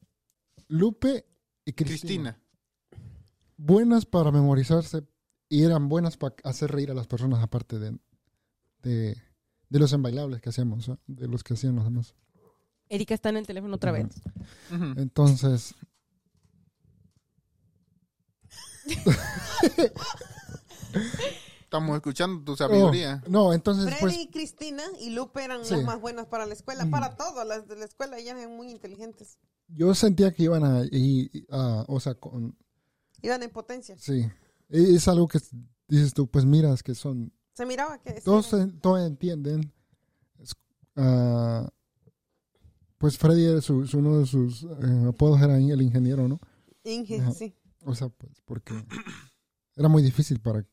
Speaker 3: Lupe y Cristina.
Speaker 1: Cristina.
Speaker 3: buenas para memorizarse y eran buenas para hacer reír a las personas aparte de, de, de los embailables que hacíamos, ¿eh? de los que hacían los demás.
Speaker 2: Erika está en el teléfono otra vez.
Speaker 1: Ujú.
Speaker 3: Entonces,
Speaker 1: Estamos escuchando tu sabiduría.
Speaker 3: oh, no, entonces
Speaker 4: Freddy
Speaker 3: pues
Speaker 4: y Cristina y Lupe eran
Speaker 3: Sí. Mm.
Speaker 4: las más buenas para la escuela, para todas las de la escuela, ellas eran muy inteligentes.
Speaker 3: yo sentía que iban a, y- y- a- o sea, con-
Speaker 4: Iban en potencia.
Speaker 3: sí, E- es algo que dices tú, pues miras que son,
Speaker 4: Se miraba que
Speaker 3: todos, en- todos entienden, Es- ah, pues Freddy, era su, su- uno de sus eh, apodos era el ingeniero, ¿no?
Speaker 4: Inge,
Speaker 3: Ajá.
Speaker 4: sí.
Speaker 3: O sea, pues, porque era muy difícil para...
Speaker 2: No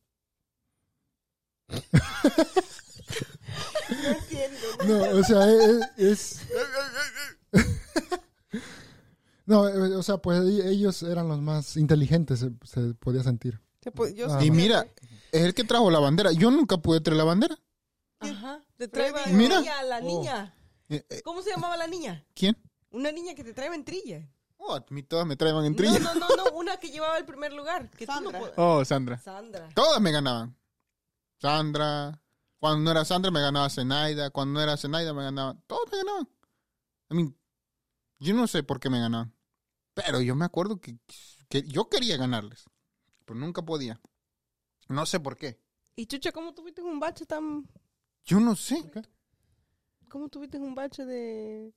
Speaker 2: entiendo.
Speaker 3: No, o sea, e- e- es... <laughs> No, e- o sea, pues e- ellos eran los más inteligentes, se, se podía sentir.
Speaker 4: Se po- yo
Speaker 3: Ah.
Speaker 4: sí
Speaker 1: Y
Speaker 4: me-
Speaker 1: mira, es el que trajo la bandera. Yo nunca pude traer la bandera.
Speaker 2: Ajá. Te trae
Speaker 4: Freddy.
Speaker 2: en
Speaker 1: Mira.
Speaker 2: trilla a la niña.
Speaker 1: Eh, eh,
Speaker 2: ¿Cómo se llamaba la niña?
Speaker 1: ¿Quién?
Speaker 2: Una niña que te trae en trilla.
Speaker 1: Oh, a mí todas me traían en trilla.
Speaker 2: No, no, no, no, una que llevaba el primer lugar. Que tú no
Speaker 4: Sandra.
Speaker 2: pod-
Speaker 1: Oh, Sandra.
Speaker 2: Sandra.
Speaker 1: Todas me ganaban. Sandra. Cuando no era Sandra me ganaba Zenaida. Cuando no era Zenaida me ganaban. Todos me ganaban. A mí, yo no sé por qué me ganaban. Pero yo me acuerdo que, que yo quería ganarles. Pero nunca podía. No sé por qué.
Speaker 2: Y Chucha, ¿cómo tuviste un bache tan...
Speaker 1: Yo no sé.
Speaker 2: ¿Cómo tuviste un bache de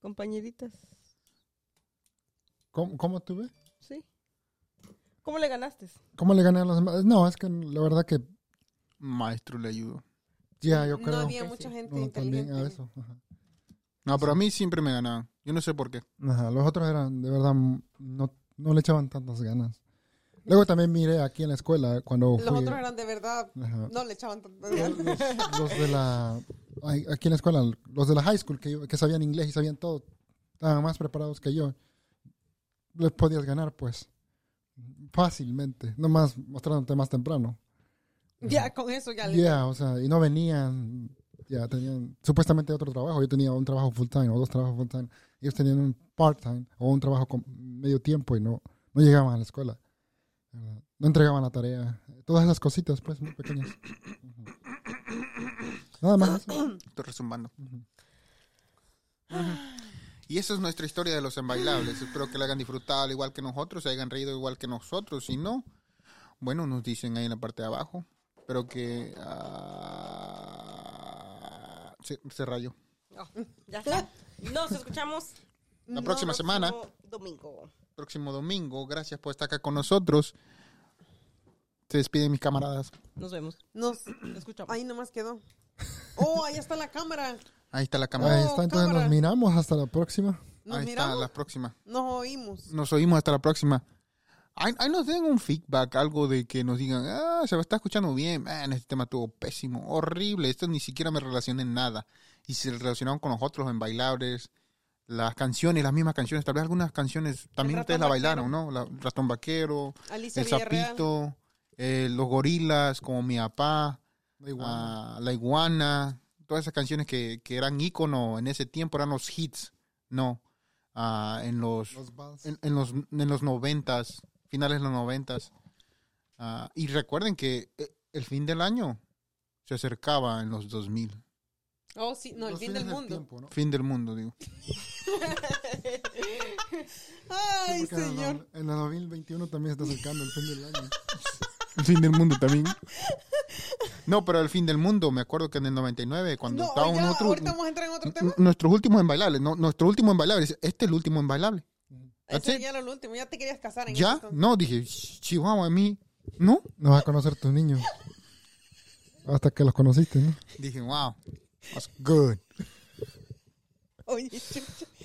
Speaker 2: compañeritas?
Speaker 3: ¿Cómo, cómo tuve?
Speaker 2: ¿Sí? ¿Cómo le ganaste?
Speaker 3: ¿Cómo le gané a los demás? No, es que la verdad que
Speaker 1: Maestro le ayudó.
Speaker 3: ya, yo creo.
Speaker 4: No había
Speaker 2: que
Speaker 4: mucha
Speaker 2: sí.
Speaker 4: gente
Speaker 3: No,
Speaker 4: inteligente.
Speaker 3: también a eso. Ajá.
Speaker 1: No, pero a mí siempre me ganaban. Yo no sé por qué.
Speaker 3: Ajá, los otros eran, de verdad, no, no le echaban tantas ganas. Luego también miré aquí en la escuela eh, cuando
Speaker 4: Los
Speaker 3: fui-
Speaker 4: otros eran de verdad,
Speaker 3: Ajá.
Speaker 4: no le echaban tanto. <laughs>
Speaker 3: los, los de la ay, aquí en la escuela, los de la high school que, yo- que sabían inglés y sabían todo, estaban más preparados que yo. Les podías ganar, pues, fácilmente, nomás mostrándote más temprano.
Speaker 4: Ya, con eso ya le
Speaker 3: Ya, o sea, y no venían, ya tenían supuestamente otro trabajo. Yo tenía un trabajo full time o dos trabajos full time. Ellos tenían un part time o un trabajo con medio tiempo y no, no llegaban a la escuela. ¿verdad? No entregaban la tarea. Todas esas cositas, pues, muy pequeñas. Ujú. Nada
Speaker 4: <coughs>
Speaker 3: más. eso.
Speaker 1: Estoy resumbando.
Speaker 3: Ujú.
Speaker 1: Y eso es nuestra historia de los embailables. Espero que la hayan disfrutado al igual que nosotros, se hayan reído igual que nosotros. Si no, bueno, nos dicen ahí en la parte de abajo. Pero que... ah, se, se rayó.
Speaker 2: No, ya está. Nos escuchamos
Speaker 1: La
Speaker 4: No,
Speaker 1: próxima semana,
Speaker 2: próximo domingo.
Speaker 1: próximo domingo. Gracias por estar acá con nosotros. Se despiden mis camaradas.
Speaker 2: Nos vemos.
Speaker 4: Nos,
Speaker 2: Nos escuchamos.
Speaker 4: ahí nomás quedó.
Speaker 1: <laughs>
Speaker 4: Oh, ahí está la cámara.
Speaker 1: Ahí está la cámara.
Speaker 3: Ahí
Speaker 4: Oh,
Speaker 3: está, entonces
Speaker 4: cámara.
Speaker 3: nos miramos hasta la próxima.
Speaker 4: Nos
Speaker 1: ahí está
Speaker 4: miramos,
Speaker 1: la próxima.
Speaker 4: nos oímos.
Speaker 1: Nos oímos hasta la próxima. Ahí, ahí nos den un feedback, algo de que nos digan, ah, se está escuchando bien, man, este tema estuvo pésimo, horrible, esto ni siquiera me relacioné en nada. Y se relacionaron con nosotros en bailables, las canciones, las mismas canciones, tal vez algunas canciones, también
Speaker 4: ratón
Speaker 1: ustedes la bailaron,
Speaker 4: vaquero.
Speaker 1: ¿no? La, el ratón vaquero,
Speaker 4: Alicia
Speaker 1: el
Speaker 4: Villarreal.
Speaker 1: sapito, eh, los gorilas, como mi papá, ah, la iguana, todas esas canciones que, que eran ícono en ese tiempo, eran los hits, ¿no? Ah, en los
Speaker 3: Los vals.
Speaker 1: en, en los en los noventas, finales de los noventas. Ah, y recuerden que eh, el fin del año se acercaba en los 2000.
Speaker 4: Oh, sí, no, el
Speaker 3: Los
Speaker 4: fin
Speaker 3: fines
Speaker 4: del mundo.
Speaker 3: tiempo, ¿no?
Speaker 1: Fin del mundo, digo.
Speaker 4: Ay,
Speaker 3: Sí, porque en la-
Speaker 4: señor.
Speaker 3: En la 2021 también se está acercando el fin del año.
Speaker 1: <laughs> El fin del mundo también. No, pero el fin del mundo, me acuerdo que en el 99, cuando
Speaker 4: No,
Speaker 1: estaba
Speaker 4: ya,
Speaker 1: un otro... Mm,
Speaker 4: ahorita vamos a entrar en otro tema.
Speaker 1: n- Nuestros últimos embailables, no, nuestro último embailable, dice, este es el último embailable. That's
Speaker 4: Eso
Speaker 1: it.
Speaker 4: ya era lo último, ya te querías casar en
Speaker 1: mm. ¿Ya? Mm.
Speaker 4: esto.
Speaker 1: No, dije, "Sh- chihuahua, a mí, ¿no?
Speaker 3: No vas a conocer tus niños. Hasta que los conociste, ¿no?
Speaker 1: Dije, wow, that's good.
Speaker 4: Oye, chucha.